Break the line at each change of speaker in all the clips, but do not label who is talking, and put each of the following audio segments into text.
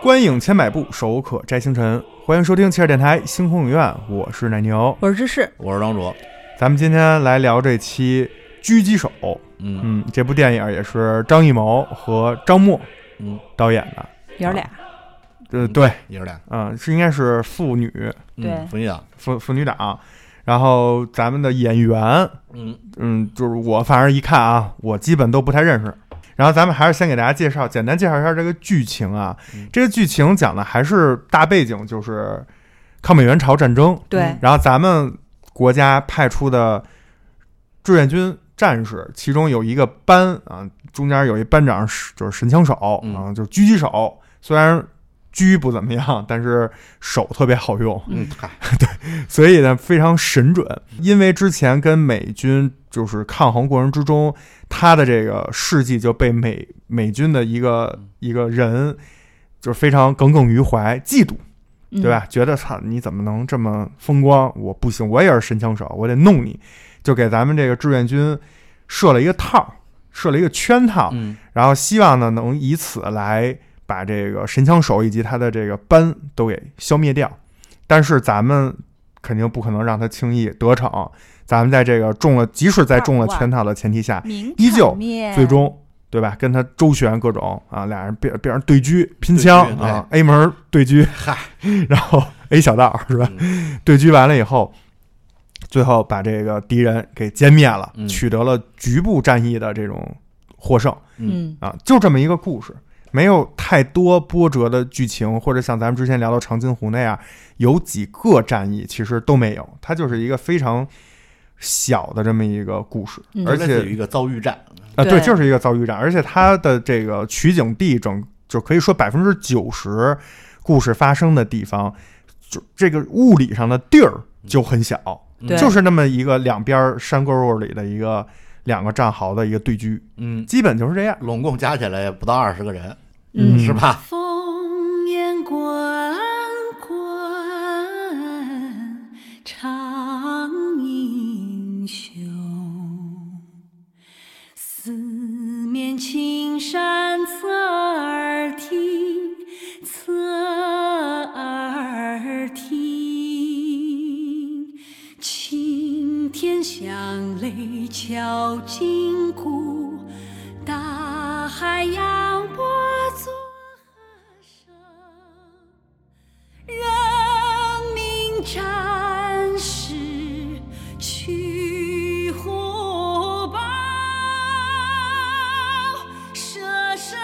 观影千百步，手可摘星辰。欢迎收听七二电台星空影院，我是奶牛。
我是芝士，
我是庄主，
咱们今天来聊这期《狙击手》。
嗯
嗯，这部电影也是张艺谋和张默
嗯，
导演的。
爷儿俩，
呃，对，
爷儿俩，
嗯、是应该是父女
对
嗯，冯一党，
父父女档。然后咱们的演员，
嗯
嗯，就是我反正一看啊，我基本都不太认识。然后咱们还是先给大家介绍，简单介绍一下这个剧情啊
嗯。
这个剧情讲的还是大背景，就是抗美援朝战争。
对，
然后咱们国家派出的志愿军战士，其中有一个班啊，中间有一班长是就是神枪手
嗯
啊，就是狙击手，虽然狙不怎么样，但是手特别好用，
嗯，嗨，
所以呢非常神准。因为之前跟美军就是抗衡过程之中，他的这个事迹就被美美军的一个
嗯
一个人就是非常耿耿于怀，嫉妒。
嗯
对？吧？觉得操，你怎么能这么风光？我不行，我也是神枪手，我得弄你，就给咱们这个志愿军设了一个套，设了一个圈套，
嗯
然后希望呢能以此来把这个神枪手以及他的这个班都给消灭掉。但是咱们肯定不可能让他轻易得逞，咱们在这个中了，即使在中了圈套的前提下，
嗯名
依旧
场面
最终。对吧？跟他周旋各种啊，俩人边边上对狙、拼枪
对狙
啊，A 门对狙，
嗨， 嗯
然后 A 小道是吧？对狙完了以后，最后把这个敌人给歼灭了，
嗯
取得了局部战役的这种获胜
嗯，
啊，就这么一个故事，没有太多波折的剧情，或者像咱们之前聊到长津湖那样，有几个战役其实都没有，它就是一个非常小的这么一个故事，
嗯
而
类似
且
于一个遭遇战，
啊，对，
对
就是一个遭遇战，而且它的这个取景地整就可以说百分之九十故事发生的地方，就这个物理上的地儿就很小，
嗯
对
就是那么一个两边山沟沟里的一个两个战壕的一个对狙，
嗯，
基本就是这样。
拢共加起来也不到二十个人，
嗯
是吧？
烽烟滚滚，长英雄。四面青山侧耳听，侧耳听。青天响雷敲金鼓，大海扬波作和声。人民战士去火报，舍身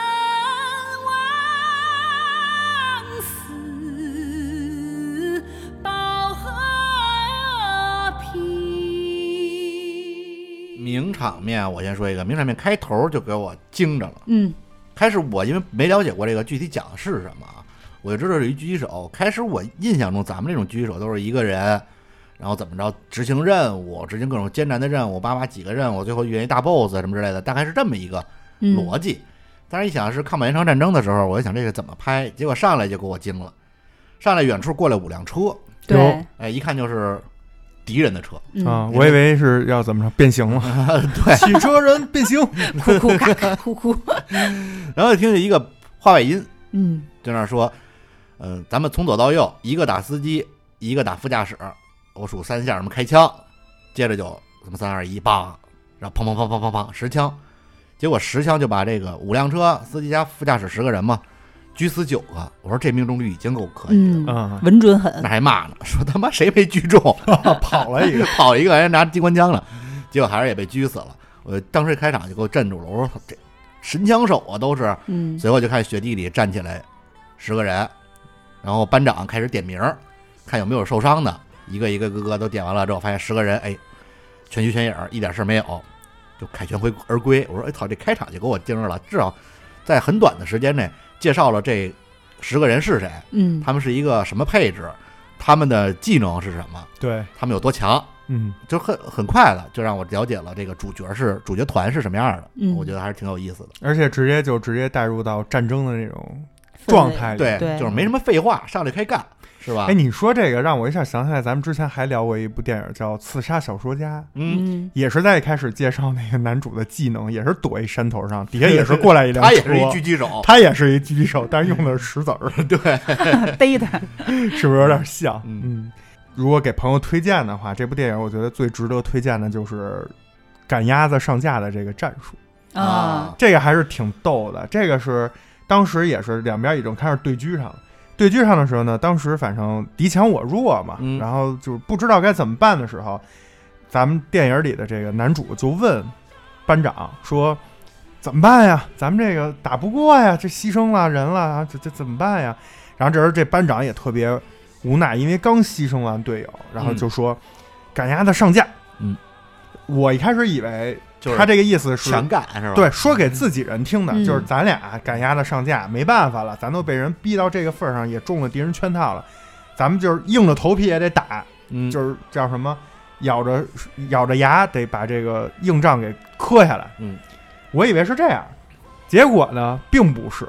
忘死保和平。
名场面，我先说一个，名场面开头就给我惊着了。
嗯
开始我因为没了解过这个具体讲的是什么啊，我就知道是一狙击手。开始我印象中咱们这种狙击手都是一个人，然后怎么着执行任务，执行各种艰难的任务，叭叭几个任务，最后遇见一大 boss 什么之类的，大概是这么一个
嗯
逻辑。但是一想是抗美援朝战争的时候，我就想这个怎么拍，结果上来就给我惊了，上来远处过来五辆车，
有
对，
哎，一看就是敌人的车，
嗯，
啊，我以为是要怎么着变形了， 对，汽车人变 形，
哭哭咔咔哭哭，
然后就听见一个话外音
嗯
在那儿说，嗯、咱们从左到右，一个打司机，一个打副驾驶，我数三下，什么开枪，接着就什么三二一，棒，然后砰砰砰砰砰砰十枪，结果十枪就把这个五辆车，司机加副驾驶十个人嘛，狙死九个，我说这命中率已经够可以了。
嗯，
嗯，
稳准狠
那，还骂呢，说他妈谁没狙中，
跑了一个，
跑一个人拿机关枪呢，结果还是也被狙死了。我当时开场就给我镇住了，我说这神枪手啊都是。
嗯
随后就看雪地里站起来十个人，然后班长开始点名儿，看有没有受伤的，一个一个个个都点完了之后，发现十个人哎全虚全影儿，一点事儿没有，就凯旋归而归。我说哎操，这开场就给我惊着了，至少在很短的时间内介绍了这十个人是谁，
嗯，
他们是一个什么配置，他们的技能是什么，
对，
他们有多强，
嗯，
就很很快的就让我了解了这个主角是主角团是什么样的，
嗯
我觉得还是挺有意思的。
而且直接就直接带入到战争的那种
氛
状
围
态里。
对，
对
就是没什么废话，上来开干，是吧
哎，？你说这个让我一下想起来，咱们之前还聊过一部电影叫《刺杀小说家》，
嗯，
嗯，
也是在一开始介绍那个男主的技能，也是躲一山头上，底下也是过来一辆
他
车，
也是一狙击手，
他也是一狙击手，但是用的是石子儿， 嗯
逮他，
是不是有点像？
嗯
嗯，如果给朋友推荐的话，这部电影我觉得最值得推荐的就是赶鸭子上架的这个战术，
啊，
这个还是挺逗的。这个是当时也是两边已经开始对狙上了。对狙上的时候呢，当时反正敌强我弱嘛，
嗯
然后就是不知道该怎么办的时候，咱们电影里的这个男主就问班长说：“怎么办呀？咱们这个打不过呀，这牺牲了人了，啊这这怎么办呀？”然后这时候这班长也特别无奈，因为刚牺牲完队友，然后就说：“赶鸭子上架。”
嗯，
我一开始以为
就是
他这个意思是
全干是吧？
对，说给自己人听的，
嗯
就是咱俩赶鸭子上架，没办法了，咱都被人逼到这个份儿上，也中了敌人圈套了，咱们就是硬着头皮也得打，
嗯，
就是叫什么，咬着咬着牙得把这个硬仗给磕下来。
嗯，
我以为是这样，结果呢，并不是，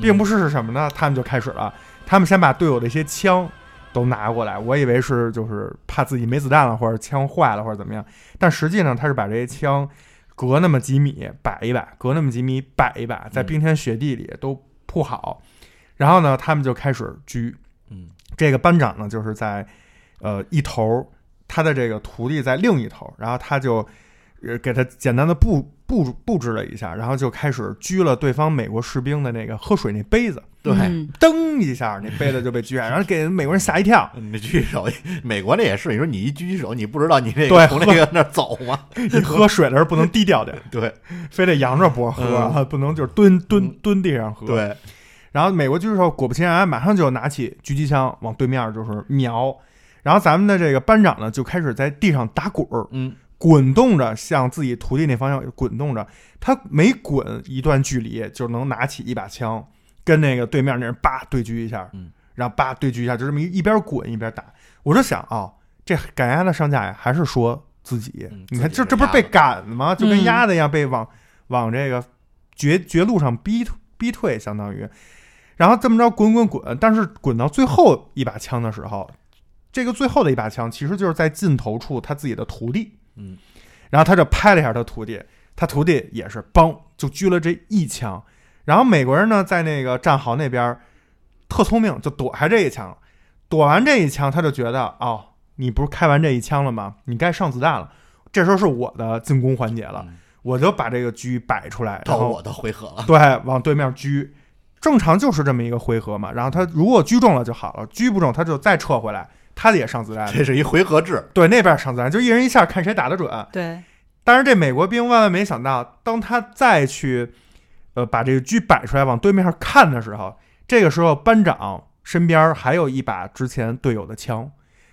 并不
是，
是是什么呢？他们就开始了，他们先把队友的一些枪都拿过来，我以为是就是怕自己没子弹了，或者枪坏了，或者怎么样，但实际上他是把这些枪隔那么几米摆一摆，隔那么几米摆一摆，在
嗯
冰天雪地里都铺好，然后呢，他们就开始狙。
嗯
这个班长呢，就是在呃一头，他的这个徒弟在另一头，然后他就呃给他简单的布布布置了一下，然后就开始狙了对方美国士兵的那个喝水那杯子，
对，
嗯
噔一下，那杯子就被狙下，然后给美国人吓一跳，
你狙击手，美国那也是，你说你一狙击手，你不知道你那
对
个从那个那儿走吗？
你喝水的时候不能低调点，
对
非得仰着脖喝，啊
嗯
不能就是蹲蹲
嗯
蹲地上喝。，
对，
然后美国狙击手果不其然，马上就拿起狙击枪往对面就是瞄，然后咱们的这个班长呢就开始在地上打滚儿，
嗯
滚动着向自己徒弟那方向滚动着，他每滚一段距离就能拿起一把枪，跟那个对面那人叭对狙一下，
嗯，
然后叭对狙一下，就这么一一边滚一边打。我就想啊、这赶鸭子上架呀，还是说自己？
嗯
你看
自己
这
是
这不是
鸭
被
子
赶吗？就跟
嗯
鸭子一样被往、往这个绝绝路上逼逼退，相当于。然后这么着滚滚滚，但是滚到最后一把枪的时候，这个最后的一把枪其实就是在尽头处他自己的徒弟，
嗯，
然后他就拍了一下他徒弟，他徒弟也是梆就狙了这一枪，然后美国人呢在那个战壕那边儿特聪明，就躲开这一枪了，躲完这一枪他就觉得哦，你不是开完这一枪了吗？你该上子弹了，这时候是我的进攻环节了，
嗯
我就把这个狙摆出来，然
到
后
我的回合了，
对，往对面狙，正常就是这么一个回合嘛。然后他如果狙中了就好了，狙不中他就再撤回来，他也上子弹，
这是一回合制，
对，那边上子弹，就一人一下，看谁打得准。
对，
但是这美国兵万万没想到，当他再去呃把这个狙摆出来往对面上看的时候，这个时候班长身边还有一把之前队友的枪，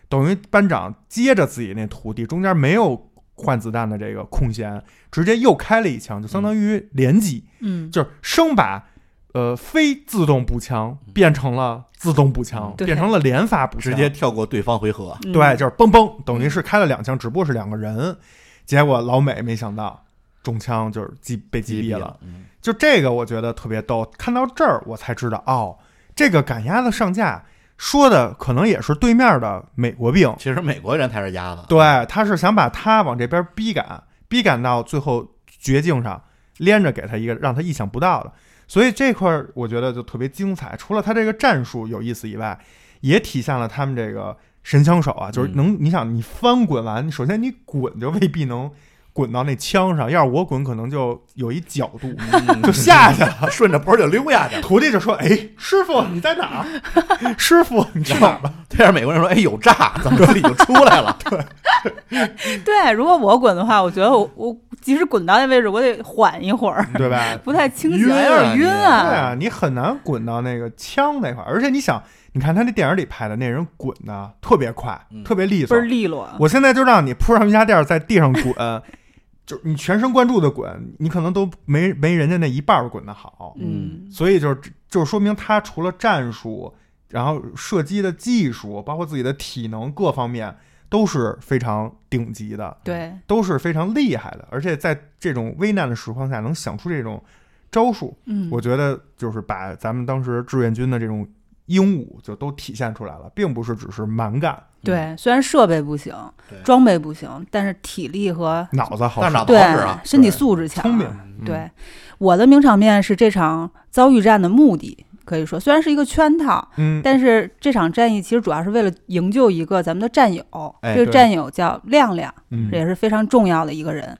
等于班长接着自己那徒弟，中间没有换子弹的这个空闲，直接又开了一枪，就相当于连击。
嗯，
就是生把呃非自动步枪变成了自动步枪，
对
变成了连发步枪，
直接跳过对啊方回合，
嗯
对，就是嘣嘣，等于是开了两枪，只不过是两个人。结果老美没想到中枪就是击被击毙了，，
嗯
就这个我觉得特别逗。看到这儿我才知道哦，这个赶鸭子上架说的可能也是对面的美国兵，
其实美国人才是鸭子，
对，他是想把他往这边逼赶，逼赶到最后绝境上，连着给他一个让他意想不到的。所以这块儿我觉得就特别精彩。除了他这个战术有意思以外，也体现了他们这个神枪手啊，就是能，你想你翻滚完，首先你滚就未必能滚到那枪上，要是我滚可能就有一角度就下去了。
顺着坡就溜下去了。
徒弟就说：“哎，师傅你在哪儿？师傅你在
然
哪儿
后？对面美国人说：“哎，有诈，怎么这里就出来了
对。如果我滚的话，我觉得我我即使滚到那位置，我得缓一会儿，
对吧？
不太清醒，有
晕啊
点晕
对
啊。
啊，你很难滚到那个枪那块儿，而且你想，你看他那电影里拍的那人滚的特别快，
嗯
特别利
倍
索
儿。利落，
我现在就让你铺上瑜伽垫儿在地上滚， 就你全神贯注的滚，你可能都没没人家那一半儿滚的好。
嗯，
所以就是就是说明他除了战术，然后射击的技术，包括自己的体能各方面都是非常顶级的。
对，
都是非常厉害的，而且在这种危难的时况下能想出这种招数，
嗯，
我觉得就是把咱们当时志愿军的这种英武就都体现出来了，并不是只是蛮干，嗯
对，虽然设备不行
对，
装备不行，但是体力和
脑子好
大
使，
脑
对
好使啊
身体
对
素质强，
聪明，嗯
对，我的名场面是这场遭遇战的目的，可以说虽然是一个圈套，
嗯，
但是这场战役其实主要是为了营救一个咱们的战友，
哎
这个
对
战友叫亮亮，
嗯
这也是非常重要的一个人。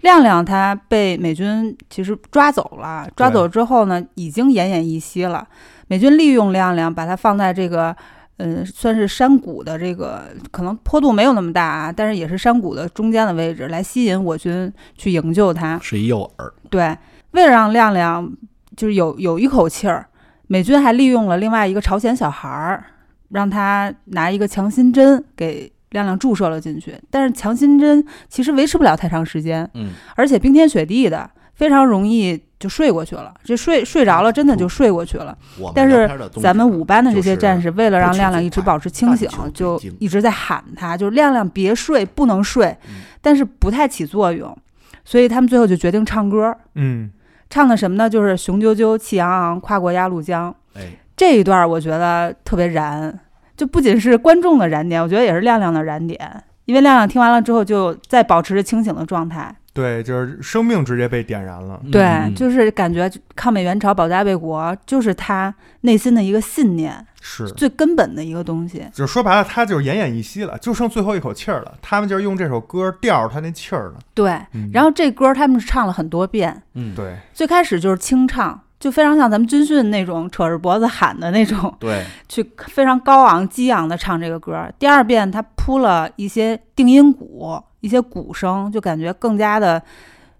亮亮他被美军其实抓走了，抓走之后呢，已经奄奄一息了。美军利用亮亮，把他放在这个。嗯，算是山谷的这个可能坡度没有那么大啊，但是也是山谷的中间的位置，来吸引我军去营救他。
是一诱饵，
对，为了让亮亮就是有有一口气儿，美军还利用了另外一个朝鲜小孩儿，让他拿一个强心针给亮亮注射了进去。但是强心针其实维持不了太长时间，
嗯，
而且冰天雪地的，非常容易就睡过去了。这睡睡着了，真的就睡过去了。
我们
但
嗯聊
是
天的宗
咱们
旨
五班的这
就
些
是
战士，为了
不
让
求
亮亮
最
一直
快
保持清
但
醒
求，最
就
精
一直在喊他，就是亮亮别睡，不能睡
嗯，
但是不太起作用，所以他们最后就决定唱歌。
嗯
唱的什么呢？就是“雄赳赳，气昂昂，跨过鸭绿江
哎”
这一段，儿我觉得特别燃，就不仅是观众的燃点，我觉得也是亮亮的燃点。因为亮亮听完了之后，就在保持着清醒的状态，
对，就是生命直接被点燃了，
嗯
对，
嗯
就是感觉抗美援朝、保家卫国，就是他内心的一个信念，
是。
最根本的一个东西。
就说白了，他就奄奄一息了，就剩最后一口气儿了。他们就是用这首歌吊着他那气儿呢。
对，
嗯
然后这歌他们是唱了很多遍，
嗯
对，
最开始就是清唱，就非常像咱们军训那种扯着脖子喊的那种
对
去非常高昂激昂的唱这个歌。第二遍他铺了一些定音鼓，一些鼓声，就感觉更加的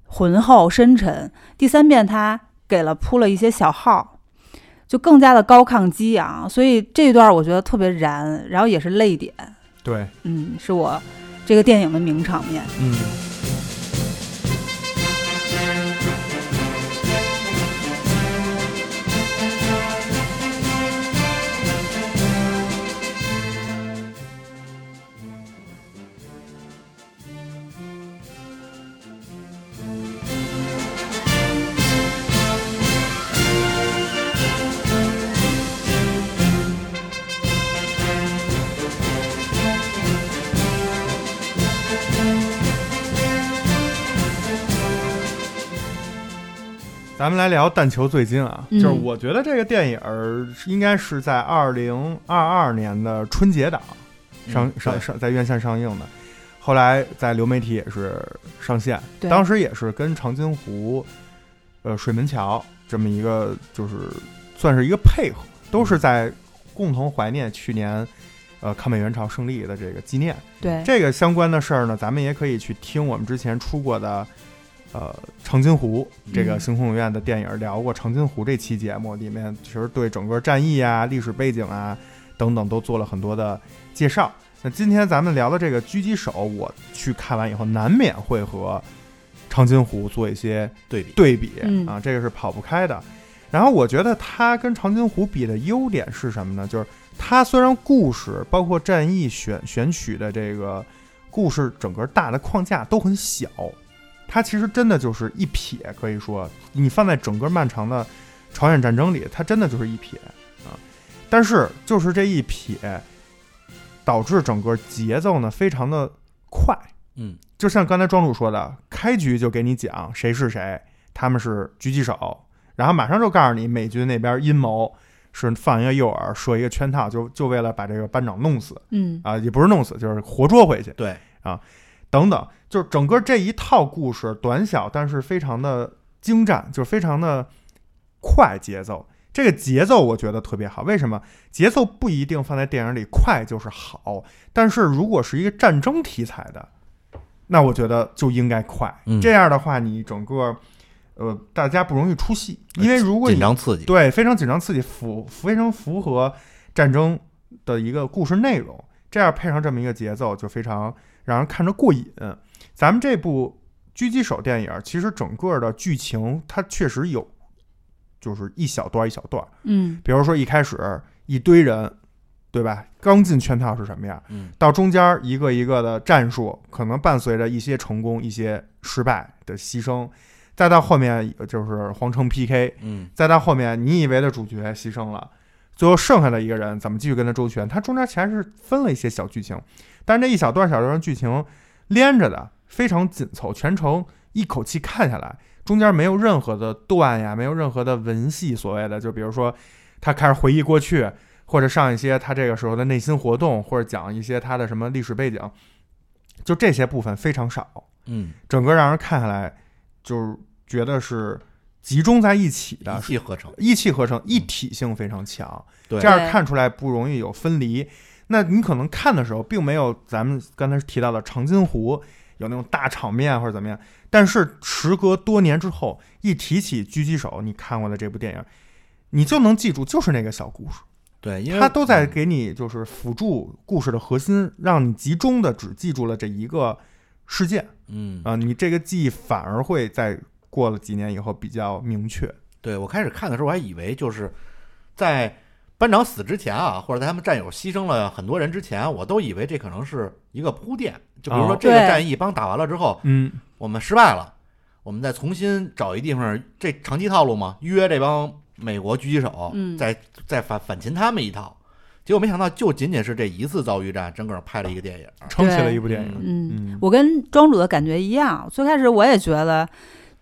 浑厚深沉。第三遍他给了铺了一些小号，就更加的高亢激昂。所以这一段我觉得特别燃，然后也是泪点，
对，
嗯，是我这个电影的名场面。
嗯，咱们来聊《但求最近》啊，
嗯
就是我觉得这个电影儿应该是在二零二二年的春节档上、
嗯
上
对
上在院线上映的，后来在流媒体也是上线，
对
当时也是跟长津湖、呃水门桥这么一个就是算是一个配合，都是在共同怀念去年呃抗美援朝胜利的这个纪念。
对，
这个相关的事儿呢，咱们也可以去听我们之前出过的，呃，长津湖这个
嗯
星空影院的电影聊过长津湖这期节目，里面其实对整个战役啊、历史背景啊等等都做了很多的介绍。那今天咱们聊的这个狙击手，我去看完以后，难免会和长津湖做一些
对比
对比、
嗯
啊，这个是跑不开的。然后我觉得它跟长津湖比的优点是什么呢？就是它虽然故事包括战役选选取的这个故事整个大的框架都很小，它其实真的就是一撇，可以说你放在整个漫长的朝鲜战争里，它真的就是一撇啊。但是就是这一撇，导致整个节奏呢非常的快，
嗯，
就像刚才庄主说的，开局就给你讲谁是谁，他们是狙击手，然后马上就告诉你美军那边阴谋是放一个诱饵，设一个圈套，就就为了把这个班长弄死
嗯
啊，也不是弄死，就是活捉回去
对
等等，就是整个这一套故事短小，但是非常的精湛，就是非常的快节奏。这个节奏我觉得特别好，为什么？节奏不一定放在电影里快就是好，但是如果是一个战争题材的，那我觉得就应该快。
嗯
这样的话，你整个呃大家不容易出戏，因为如果
紧
你
张刺激
对，非常紧张刺激，符非常符合战争的一个故事内容。这样配上这么一个节奏，就非常让人看着过瘾。咱们这部《狙击手》电影，其实整个的剧情它确实有，就是一小段一小段。
嗯
比如说一开始一堆人，对吧？刚进圈套是什么样？
嗯
到中间一个一个的战术，可能伴随着一些成功、一些失败的牺牲。再到后面就是皇城 PK，
嗯
再到后面你以为的主角牺牲了，最后剩下的一个人怎么继续跟他周旋？它中间其实是分了一些小剧情，但是这一小段小段剧情连着的非常紧凑，全程一口气看下来，中间没有任何的断呀，没有任何的文戏所谓的，就比如说他开始回忆过去，或者上一些他这个时候的内心活动，或者讲一些他的什么历史背景，就这些部分非常少。
嗯，
整个让人看下来，就是觉得是集中在一起的
一，气呵成，
一气呵成，一体性非常强，
对
这样看出来不容易有分离。那你可能看的时候，并没有咱们刚才提到的长津湖有那种大场面或者怎么样，但是时隔多年之后，一提起狙击手，你看过的这部电影，你就能记住就是那个小故事，
对，因为
它都在给你就是辅助故事的核心，让你集中的只记住了这一个事件。
嗯，
啊，你这个记忆反而会在过了几年以后比较明确。
对我开始看的时候，我还以为就是在班长死之前啊，或者在他们战友牺牲了很多人之前，我都以为这可能是一个铺垫。就比如说
哦
这个
对
战役帮打完了之后，
嗯，
我们失败了，我们再重新找一地方，这长期套路嘛，约这帮美国狙击手，
嗯
再再反反擒他们一套。结果没想到，就仅仅是这一次遭遇战，整个拍了一个电影。
撑起了
对
一部电影。
嗯，
嗯，
我跟庄主的感觉一样，最开始我也觉得，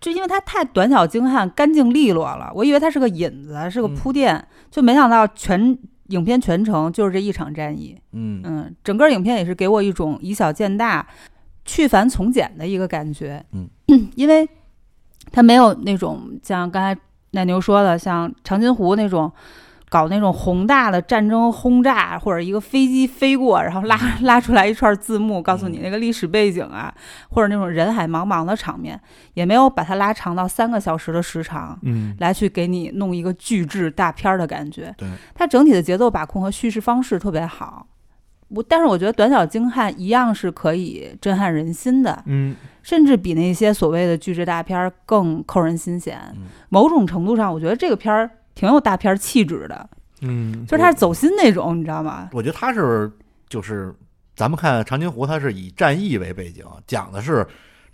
就因为它太短小精悍、干净利落了，我以为它是个引子，是个
嗯
铺垫，就没想到全影片全程就是这一场战役。
嗯
嗯，整个影片也是给我一种以小见大、去繁从简的一个感觉。
嗯，
因为它没有那种像刚才奶牛说的，像长津湖那种搞那种宏大的战争轰炸，或者一个飞机飞过，然后拉 拉出来一串字幕，告诉你那个历史背景啊，或者那种人海茫茫的场面，也没有把它拉长到三个小时的时长。
嗯，
来去给你弄一个巨制大片儿的感觉。
对，
它整体的节奏把控和叙事方式特别好。我但是我觉得短小精悍一样是可以震撼人心的，
嗯，
甚至比那些所谓的巨制大片儿更扣人心弦。
嗯
某种程度上，我觉得这个片儿挺有大片儿气质的，
嗯，
就是它是走心那种，你知道吗？
我觉得他是就是咱们看长津湖，它是以战役为背景，讲的是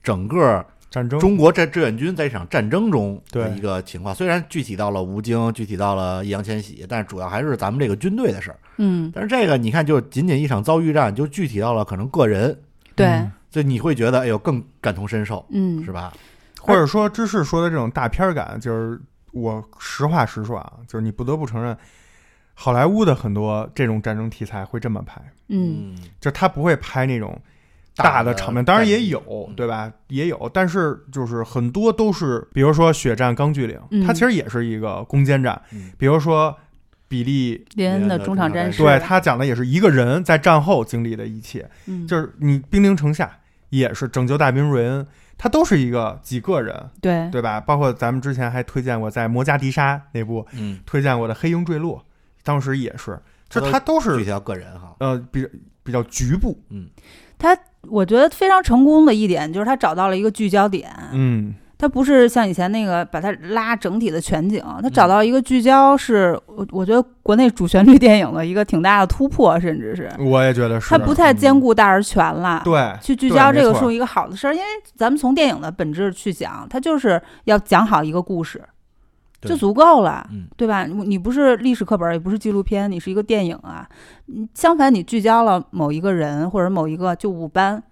整个
战争，
中国战志愿军在一场战争中的
对
一个情况。虽然具体到了吴京，具体到了易烊千玺，但是主要还是咱们这个军队的事儿。
嗯，
但是这个你看，就仅仅一场遭遇战，就具体到了可能个人，
对
嗯，
就你会觉得哎呦更感同身受，
嗯，
是吧？
或者说芝士说的这种大片儿感，就是我实话实说啊，就是你不得不承认，好莱坞的很多这种战争题材会这么拍，
嗯，，
就是他不会拍那种
大
大
的
的嗯场面，当然也
战
有
役，
对吧？也有，但是就是很多都是，比如说《血战钢锯岭》
嗯
它其实也是一个攻坚战，
嗯
比如说比利
林恩的中场战
是
士，
对他讲的也是一个人在战后经历的一切，
嗯，
就是你兵临城下也是拯救大兵瑞恩，他都是一个几个人，
对，
对吧？包括咱们之前还推荐过在《摩加迪沙》那部
嗯，
推荐过的《黑鹰坠落》，当时也是，就
它
他都
具
是
体到个人哈，
呃比比较局部，
我觉得非常成功的一点就是他找到了一个聚焦点，
嗯
他不是像以前那个把它拉整体的全景，他找到一个聚焦是，我我觉得国内主旋律电影的一个挺大的突破，甚至是
嗯我也觉得是啊嗯
他，不太兼顾大而全了。
对
去聚焦
对
这个
没错
是一个好的事儿，因为咱们从电影的本质去讲，它就是要讲好一个故事，
对
就足够了，
嗯
对吧？你你不是历史课本儿，也不是纪录片，你是一个电影啊。嗯相反，你聚焦了某一个人或者某一个就五班，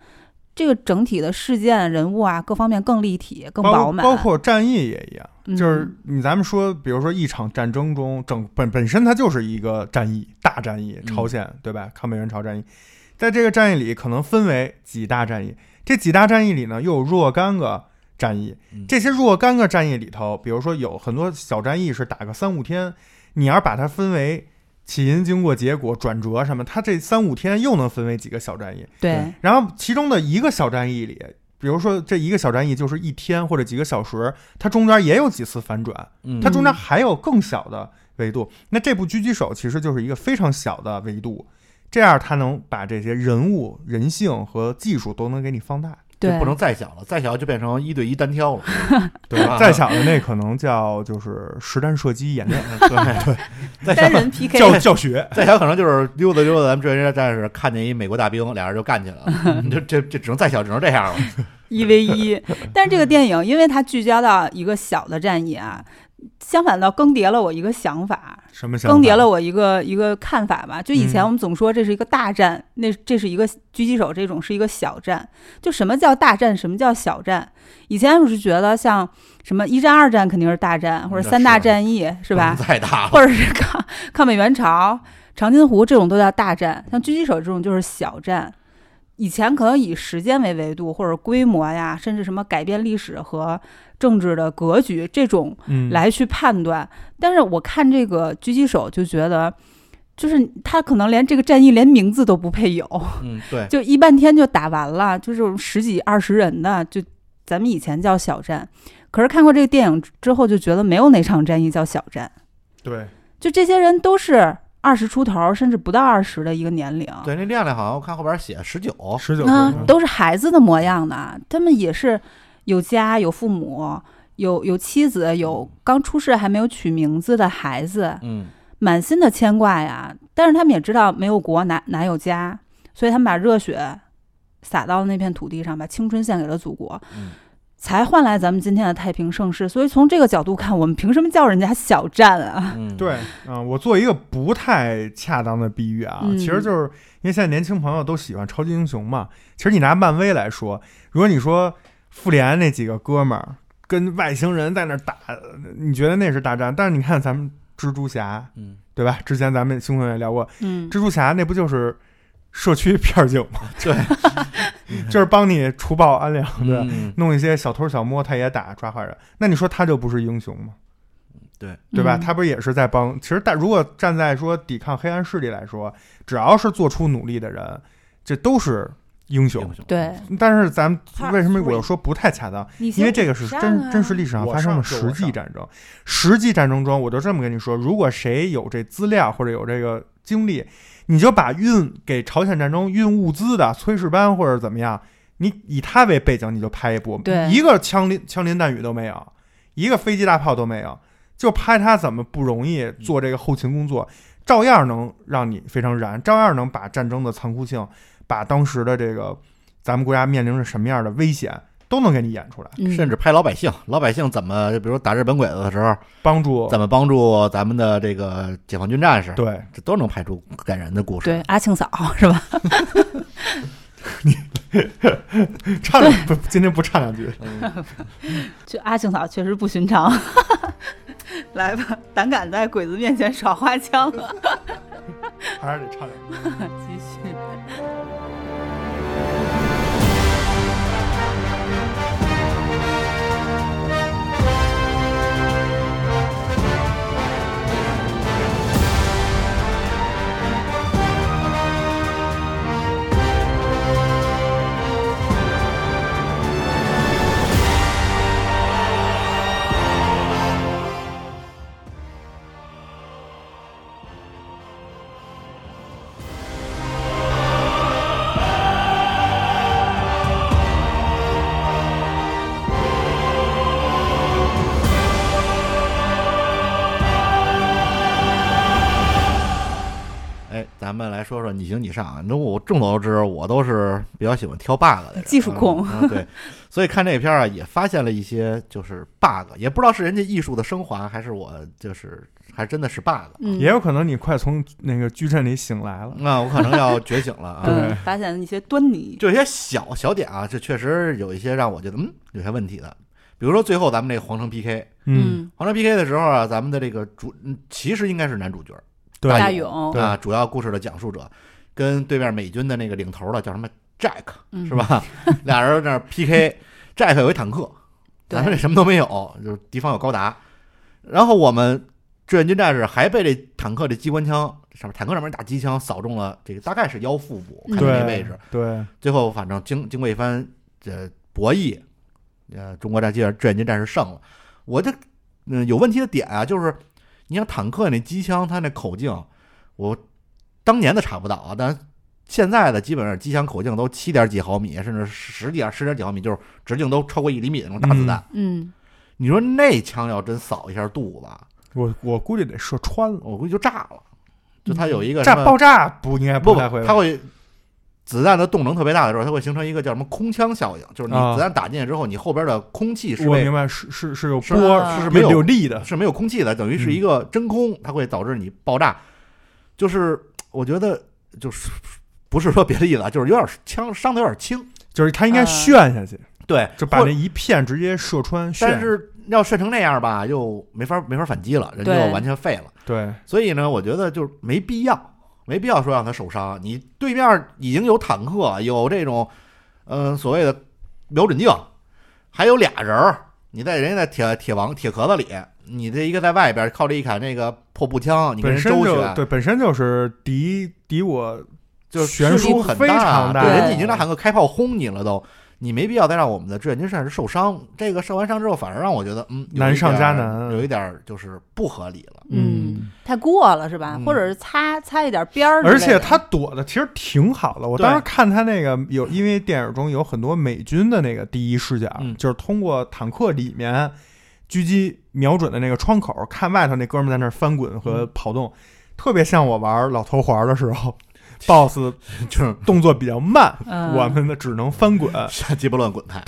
这个整体的事件、人物啊，各方面更立体、更
包
饱满。
包括战役也一样。
嗯
就是你咱们说，比如说一场战争中，整本本身它就是一个战役，大战役，朝鲜、对吧？抗美援朝战役，在这个战役里可能分为几大战役，这几大战役里呢又有若干个战役
嗯，
这些若干个战役里头，比如说有很多小战役是打个三五天，你要是把它分为起因、经过、结果、转折什么，它这三五天又能分为几个小战役，
对，
然后其中的一个小战役里，比如说这一个小战役就是一天或者几个小时，它中间也有几次反转，
嗯
它中间还有更小的维度。那这部《狙击手》其实就是一个非常小的维度，这样它能把这些人物、人性和技术都能给你放大。
就
对，
不能再小了，再小就变成一对一单挑了，
对
吧，
再小的那可能叫就是实弹射击演 练，
对对，再
单
小
人 PK，
教教 学。
再小可能就是溜达溜达，咱们志愿者战士看见一美国大兵，俩人就干起来 了，就这这只能再小只能这样了，
一 v 一。但是这个电影，因为它聚焦到一个小的战役啊，相反倒更迭了我一个想法，
什么想
更迭
法
了我一个一个看法吧。就以前
嗯
我们总说这是一个大战，那这是一个狙击手这种是一个小战。就什么叫大战，什么叫小战？以前我是觉得像什么一战、二战肯定是大战，或者
那
三大
是
战役 是吧？
不能再大 了，
或者是抗抗美援朝、长津湖这种都叫大战，像狙击手这种就是小战。以前可能以时间为维度，或者规模呀，甚至什么改变历史和政治的格局这种
嗯，
来去判断。但是我看这个狙击手就觉得，就是他可能连这个战役连名字都不配有，
嗯，对，
就一半天就打完了，就这种十几二十人的，就咱们以前叫小战。可是看过这个电影之后，就觉得没有哪场战役叫小战。
对，
就这些人都是二十出头，甚至不到二十的一个年龄，
对，那亮亮好像我看后边写十九，
十九岁
啊
嗯，
都是孩子的模样呢。他们也是有家、有父母、有有妻子、有刚出世还没有取名字的孩子，
嗯，
满心的牵挂呀。但是他们也知道没有国哪哪有家，所以他们把热血洒到了那片土地上，把青春献给了祖国。
嗯
才换来咱们今天的太平盛世，所以从这个角度看，我们凭什么叫人家小站啊？
嗯，
对，嗯、我做一个不太恰当的比喻啊，
嗯
其实就是因为现在年轻朋友都喜欢超级英雄嘛。其实你拿漫威来说，如果你说复联那几个哥们儿跟外星人在那儿打，你觉得那是大战？但是你看咱们蜘蛛侠，
嗯，
对吧？之前咱们星空也聊过，
嗯
蜘，蛛侠那不就是社区片儿警吗？
对，
就是帮你除暴安良的，
啊嗯，
弄一些小偷小摸，他也打抓坏人。那你说他就不是英雄吗？对吧？
嗯
他不是也是在帮？其实但如果站在说抵抗黑暗势力来说，只要是做出努力的人，这都是英雄
英。雄，
对，
但是咱们
Part
为什么
three
我又说不太恰当？
你
因为
先
这个是
上
真
啊
真实历史上
我
发生的
上就
实
我
际
上
战争。实际战争中，我就这么跟你说，如果谁有这资料或者有这个经历，你就把运给朝鲜战争运物资的炊事班或者怎么样，你以他为背景，你就拍一部，
对
一个枪林枪林弹雨都没有，一个飞机大炮都没有，就拍他怎么不容
嗯
易做这个后勤工作，照样能让你非常燃，照样能把战争的残酷性，把当时的这个咱们国家面临着什么样的危险，都能给你演出来，
嗯
甚至拍老百姓，老百姓怎么，就比如打日本鬼子的时候，
帮助
怎么帮助咱们的这个解放军战士，
对。
这都能拍出感人的故事。
对，阿庆嫂是吧？
唱两不，今天不唱两句。
就阿庆嫂确实不寻常。 来吧，胆敢在鬼子面前耍花枪啊了，
还是得唱两句。
继续。
哎，咱们来说说你行你上啊。那我众所周知，我都是比较喜欢挑 bug 的人，
技术控
嗯嗯对，所以看这片儿啊，也发现了一些就是 bug，也不知道是人家艺术的升华，还是我就是还真的是 bug。
嗯
也有可能你快从那个矩阵里醒来了。
那我可能要觉醒 了啊。
嗯，发现一些端倪。
就有些小小点啊，这确实有一些让我觉得嗯有些问题的。比如说最后咱们这个皇城 PK，
嗯，
皇城 PK 的时候啊，咱们的这个主嗯其实应该是男主角
对
大
勇
勇，
对
啊，主要故事的讲述者，跟对面美军的那个领头的叫什么 Jack
嗯
是吧？ 俩人在那儿 PK，Jack 有一坦克，
对
咱们这什么都没有，就是敌方有高达，然后我们志愿军战士还被这坦克这机关枪上面坦克上面打机枪扫中了，这个大概是腰腹部，我看
对
那位置，
对，
最后反正经经过一番这博弈，呃，中国战机志愿军战士胜了。我这嗯、有问题的点啊，就是你像坦克那机枪，它那口径，我当年的查不到啊，但现在的基本上机枪口径都七点几毫米，甚至十点十点几毫米，就是直径都超过一厘米的那种大子弹。
嗯，
你说那枪要真扫一下肚子，
我我估计得射穿了，
我估计就炸了。就它有一个
嗯
什
炸
么
爆炸不应该
不不
太会，
它
吧？
会子弹的动能特别大的时候，它会形成一个叫什么空腔效应，就是
啊
你子弹打进去之后，你后边的空气是
我
被
明白是是是有
是
波儿，
是
有
没有
有力的，
是没有空气的，等于
嗯
是一个真空，它会导致你爆炸。就是我觉得就是不是说别的意思啊，就是有点枪伤的有点轻，
就是它应该
呃
炫下去，
对，
就把
或
那一片直接射穿。炫
但是要炫成那样吧，又没法没法反击了，人就
对
完全废了。
对，
所以呢，我觉得就是没必要，没必要说让他受伤。你对面已经有坦克，有这种，嗯、所谓的瞄准镜，还有俩人儿，你在人家在铁铁网铁壳子里，你这一个在外边靠着一杆那个破步枪，你跟
本
人
身
周
就
旋，
对，本身就是敌敌我
就是
悬
势力
殊
很
非常
大，
大
对
对
人家已经拿坦克开炮轰你了都。你没必要再让我们的志愿军战士受伤，这个受完伤之后，反而让我觉得，嗯，有一
难上加
点儿
难
有一点儿就是不合理了。
嗯，
太过了是吧？
嗯
或者是擦擦一点边儿之类
而
的，
且他躲的其实挺好的。我
对
当时看他那个有，因为电影中有很多美军的那个第一视角，
嗯
就是通过坦克里面狙击瞄准的那个窗口，看外头那哥们在那儿翻滚和
嗯
跑动，特别像我玩老头环的时 候，BOSS
就是
动作比较慢，
嗯
我们呢只能翻滚。
瞎鸡巴乱滚开，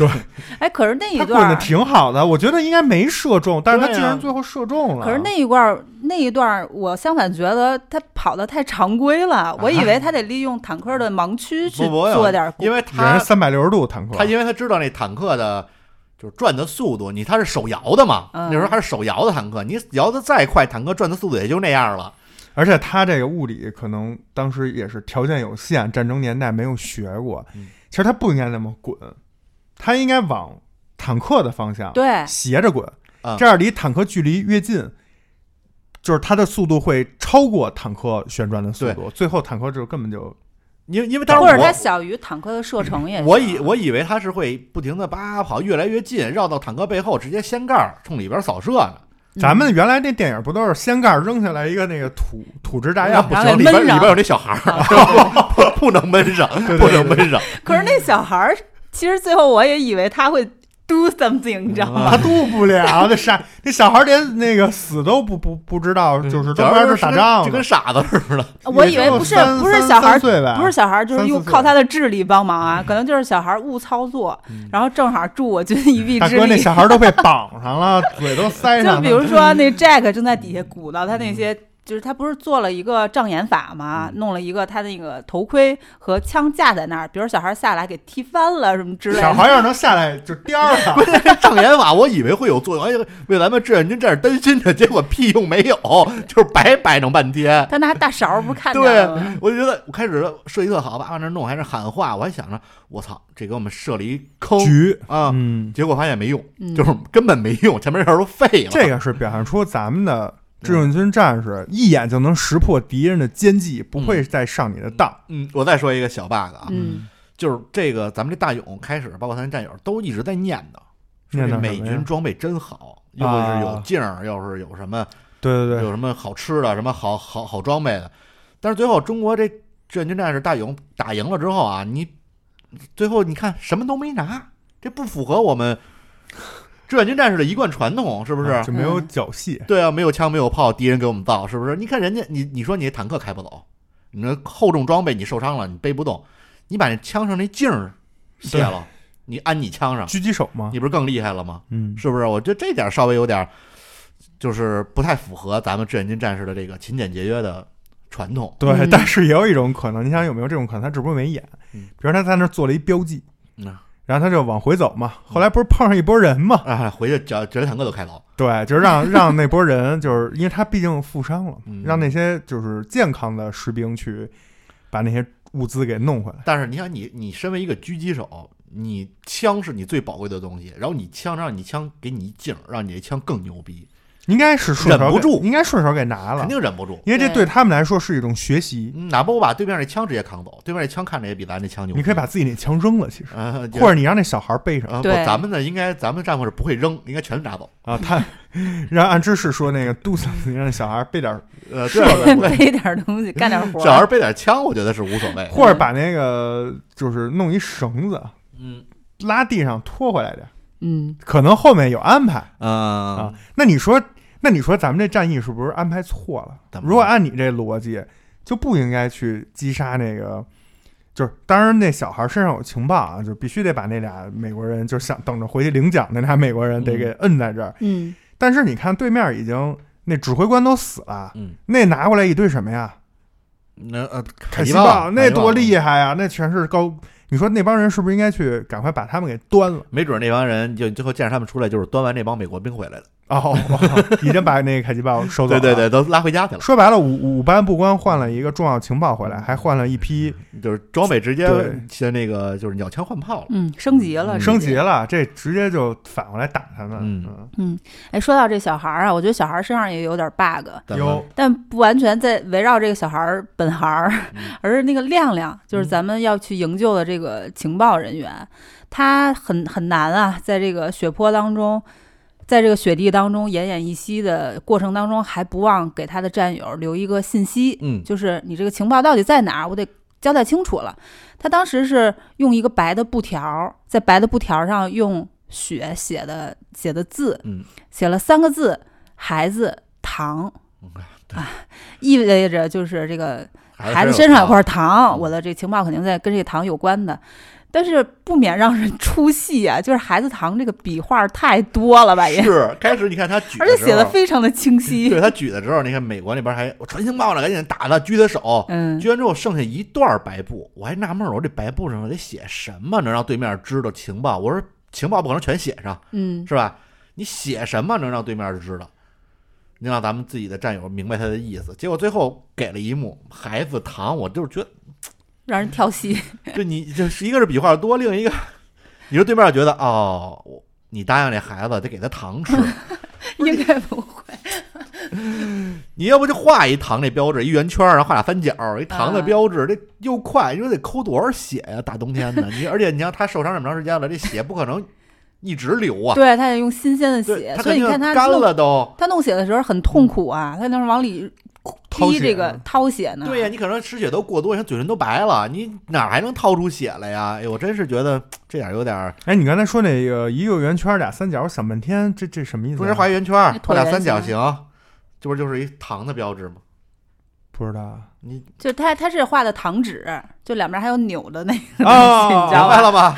哎，可是那一
他
段
滚的
儿，
挺好的，我觉得应该没射中，但是他
对啊
竟然最后射中了。
可是那一段儿那一段儿，我相反觉得他跑的太常规了，我以为他得利用坦克的盲区去
啊不不会有，
做点儿，
因为
人
他
三百六十度坦克，
他因为他知道那坦克的，就是转的速度，你他是手摇的嘛，
嗯
那时候还是手摇的坦克，你摇的再快，坦克转的速度也就那样了。
而且他这个物理可能当时也是条件有限，战争年代没有学过
嗯。
其实他不应该那么滚，他应该往坦克的方向
对，
斜着滚
嗯，
这样离坦克距离越近，就是他的速度会超过坦克旋转的速度，最后坦克就根本就
因为因为当时
或者他
我
小于坦克的射程也行。
我以我以为他是会不停的叭跑，越来越近，绕到坦克背后，直接掀盖儿冲里边扫射呢。
嗯
咱们原来那电影不都是掀盖扔下来一个那个土土制炸
那
药？
不
然后
行，
给
里边
闷上啊
里边有那小孩儿， 不能闷上，不能闷上，
可是那小孩儿，其实最后我也以为他会 do something，你知道
嗯
吗？
他渡啊不了，那傻那小孩连那个死都不不不知道，就是都不知道是打仗
就
了
跟。傻子似的。
呃我以为不是不是小孩儿，不是小孩儿，就
啊
是
三四
又
岁嗯
靠他的智力帮忙啊，可能就是小孩儿误操作，然后正好助我军一臂
大
之
哥，那
力。
小孩都被绑上了，嘴都塞上
就
了。
比如说那 Jack 正在底下鼓捣他
嗯
那些，就是他不是做了一个障眼法嘛，弄了一个他那个头盔和枪架在那儿，比如小孩儿下来给踢翻了什么之类
小
的。
孩要是能下来就颠儿了，
障眼法，我以为会有作用，哎呦，为咱们志愿军战士担心着，结果屁用没有，就是白摆弄半天。
他拿大勺儿不是看见
对
了吗？，
我就觉得我开始设计特好，把往那弄，还是喊话，我还想着，我操，这给我们设了一坑
局，
啊！
嗯，
结果发现没用，
嗯
就是根本没用，前面这事儿都废了。
这个是表现出咱们的志愿军战士一眼就能识破敌人的奸计，不会再上你的当。
嗯，我再说一个小 bug 啊，
嗯，
就是这个咱们这大勇开始，包括他的战友都一直在念叨，
念
说
叨
这
什么
美
呀啊
军装备真好，又是有镜儿，又是有什么
对对
有
对，
什么好吃的，什么好好好装备的。但是最后中国这志愿军战士大勇打赢了之后啊，你最后你看什么都没拿，这不符合我们 志愿军战士的一贯传统，是不是？
啊就没
嗯
有缴械？
对啊，没有枪没有炮，敌人给我们造，是不是？你看人家，你你说你坦克开不走，你那厚重装备你受伤了，你背不动，你把那枪上那镜儿卸了，你安你枪上，
狙击手吗？
你不是更厉害了吗？
嗯，
是不是？我觉得这点稍微有点，就是不太符合咱们志愿军战士的这个勤俭节约的传统。
对
嗯。
但是也有一种可能，你想有没有这种可能？他只不过没演，
嗯
比如他在那儿做了一标记
嗯，
然后他就往回走嘛。后来不是碰上一波人嘛？
啊，回去脚脚坦克都开走，
对，就是让让那波人，就是因为他毕竟负伤了嘛，
嗯
让那些就是健康的士兵去把那些物资给弄回来。
但是你想你，你身为一个狙击手，你枪是你最宝贵的东西，然后你枪让你枪给你一镜儿，让你这枪更牛逼，
应该是顺手
忍不
给
住
应该顺手给拿了
肯，定忍不住。
因为这
对
对他们来说是一种学习。
嗯哪怕我把对面那枪直接扛走，对面那枪看着也比咱这枪牛。
你可以把自己那枪扔了，其实，
呃，也
或者你让那小孩背上
啊，不，
对
咱们呢应该咱们战俘是不会扔，应该全拿走。
啊。他让按知识说那个 do something，让小孩背点儿，
呃，对对 对，
背点儿东西，干点活儿。
小孩背点枪，我觉得是无所谓。
或者把那个就是弄一绳子
嗯
拉地上拖回来点儿，
嗯，
可能后面有安排
啊
啊，。那你说，那你说咱们这战役是不是安排错了
怎？么
如果按你这逻辑，就不应该去击杀那个。就是，当然，那小孩身上有情报啊，就必须得把那俩美国人，就是想等着回去领奖的那俩美国人，得给摁在这儿。
嗯，
但是你看对面已经那指挥官都死了，
嗯，
那拿过来一堆什么呀？
那呃，
凯
凯
西
奇
豹，那多厉
害！
害啊！那全是高，你说那帮人是不是应该去赶快把他们给端了？
没准那帮人就最后见着他们出来，就是端完那帮美国兵回来了。
哦， 已经把那个凯西豹收走
对
了。
对对，都拉回家去了，
说白了，五五班不光换了一个重要情报回来，还换了一批
就是装备直接
对
先那个就是鸟枪换炮了。
嗯，升级了，
嗯
升级
直接。
了，这直接就反过来打他们。
嗯
哎，说到这小孩儿啊，我觉得小孩儿身上也有点 bug，
嗯，
咱们
有
但不完全在围绕这个小孩儿本行儿
嗯，
而是那个亮亮，就是
嗯
咱们要去营救的这个情报人员，他很很难啊，在这个血泊当中，在这个雪地当中奄奄一息的过程当中，还不忘给他的战友留一个信息，
嗯
就是你这个情报到底在哪儿，我得交代清楚了。他当时是用一个白的布条儿，在白的布条儿上用血写的写的字，
嗯
写了三个字“孩子糖
嗯”，
啊，意味着就是这个孩
孩
子
子
身上有块糖，
嗯
我的这情报肯定在跟这个糖有关的。但是不免让人出戏啊，就是孩子糖这个笔画太多了吧也，
是开始你看他举时
而
候，
且写的非常的清晰。
对他举的时候，你看美国那边还我传情报了，赶紧打他，狙他手。
嗯
狙完之后剩下一段白布，我还纳闷儿，我这白布上得写什么能让对面知道情报？我说情报不可能全写上，
嗯，
是吧？你写什么能让对面知道？能让咱们自己的战友明白他的意思？结果最后给了一幕孩子糖，我就是觉得，
让人跳戏。
就你这是一个是笔画多，另一个你说对面觉得哦，我你答应这孩子得给他糖 吃，
应该不会。
你要不就画一糖那标志，一圆圈儿，然后画俩三角，一糖
嗯
的标志，这又快，你说得抠多少血呀、大冬天的，你而且你像他受伤这么长时间了，这血不可能一直流啊，
对，他也用新鲜的
对
血，，
他
所
肯
以你
定
看他
干
弄
了都。
他弄血的时候很痛苦啊，他那是往里
掏
滴
血
这个
啊
掏血呢。
嗯对呀、你可能失血都过多，像嘴唇都白了，你哪儿还能掏出血来呀？哎呦，我真是觉得这点儿有点儿，
哎，你刚才说那个一个圆圈俩三角，我想半天，这这什么意思啊？
中间画一圆圈
那，椭
画俩
圆
三角
形
形，这不就是一糖的标志吗？
不知道啊
你
就他他是画的糖纸，就两边还有扭的那个
哦
你知
啊
道吧？
明白 了吧？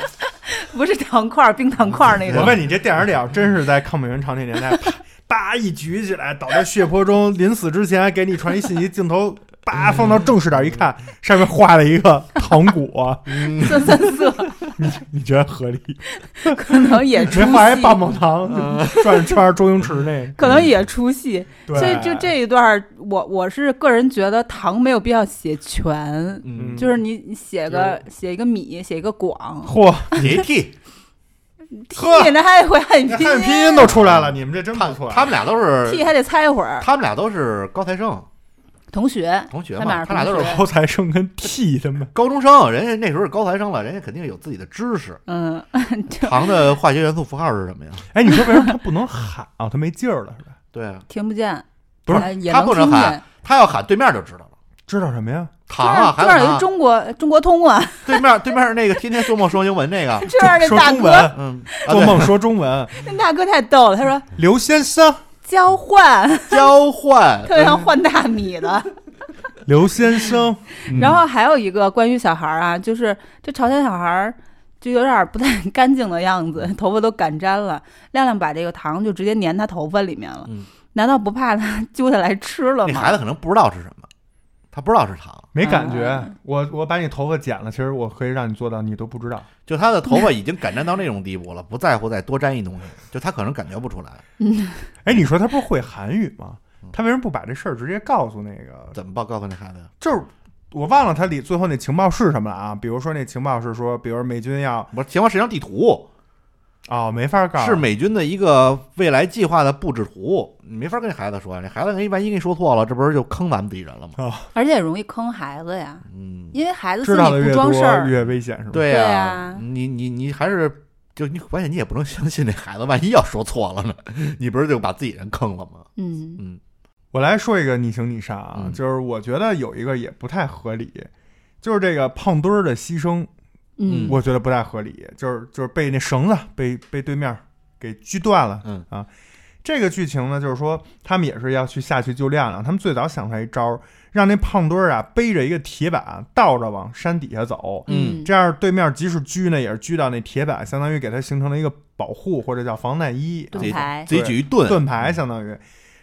不是糖块儿，冰糖块
哎
儿那
我
种。
问你，这电影里要真是在抗美援朝那年 代，啪叭一举起来，倒在血泊中，临死之前还给你传一信息，镜头叭放到正视点一看，上面画了一个糖果，
嗯，
酸酸涩，
你觉得 合理？
可能也出
没画一
戏，
棒棒糖，就转着圈
嗯
儿周星驰那个，
可能也出戏。
对，
所以就这一段儿，我我是个人觉得糖没有必要写全，
嗯，
就是你你写个写一个米，写一个广，
嚯，
别替
呵
T 那还得会 汉语
那
拼
汉语
音
拼音都出来了，你们这真
他
不错。
他们俩都
，T
是，
还得猜会儿。
他们俩都是高材生
同学，
同学
他们俩
嘛，
是
他俩都
同
是
学
高材生跟 T 他们
高中生，人家那时候是高材生了，人家肯定有自己的知识。
嗯， 就
糖的化学元素符号是什么呀？
哎，你说为什么他不能喊啊？他没劲儿了是吧？
对啊，
听不见，
不是
哎也
他
能
不能
听
喊
见。
他要喊对面就知道了。
知道什么呀？
糖啊，
这
还
儿有
有
一
糖，
中国中国通啊，
对面对面那个天天做梦说英 文那个，
这儿那
说
大
中
哥，
文，
嗯，
做梦说中 文。
那大哥太逗了，他说
刘先生，
交换，
嗯
交换，
特别像啊换大米的。
刘先生，
嗯
嗯
然后还有一个关于小孩儿啊，就是这朝鲜小孩儿就有点儿不太 干净的样子，头发都擀粘了。亮亮把这个糖就直接粘他头发里面了，
嗯
难道不怕他揪下来吃了
那孩
吗？
子可能不知道是什么，他不知道是糖，
没感觉。
啊
我我把你头发剪了，其实我可以让你做到，你都不知道。
就他的头发已经感染到那种地步了，不在乎再多沾一东西，就他可能感觉不出来，
哎，你说他不是会韩语吗
嗯？
他为什么不把这事儿直接告诉那个？
怎么报告诉那孩子呀？
就是我忘了他里最后那情报是什么了啊？比如说那情报是说，比如美军要
我说前方是一张地图，
哦，没法告诉
是美军的一个未来计划的布置图，你没法跟孩子说，你孩子万一万一给你说错了，这不是就坑咱们自己人了吗？
而且也容易坑孩子呀，
嗯，
因为孩子自
知道的
己
越
不
多
装事儿，
越危险是吧？
对
对
呀
啊，
你你你还是就你关键你也不能相信那孩子，万一要说错了呢， 你不是就把自己人坑了吗？
嗯，
嗯
我来说一个你行你杀啊，
嗯
就是我觉得有一个也不太合理，就是这个胖墩儿的牺牲，
嗯，
我觉得不太合理，就是就是被那绳子被被对面给锯断了，
嗯
啊，这个剧情呢，就是说他们也是要去下去救亮亮，他们最早想出来一招儿，让那胖墩儿啊背着一个铁板倒着往山底下走，
嗯，
这样对面即使狙呢也是狙到那铁板，相当于给他形成了一个保护或者叫防弹衣，
盾牌，
自己举一盾嗯
盾牌相当于，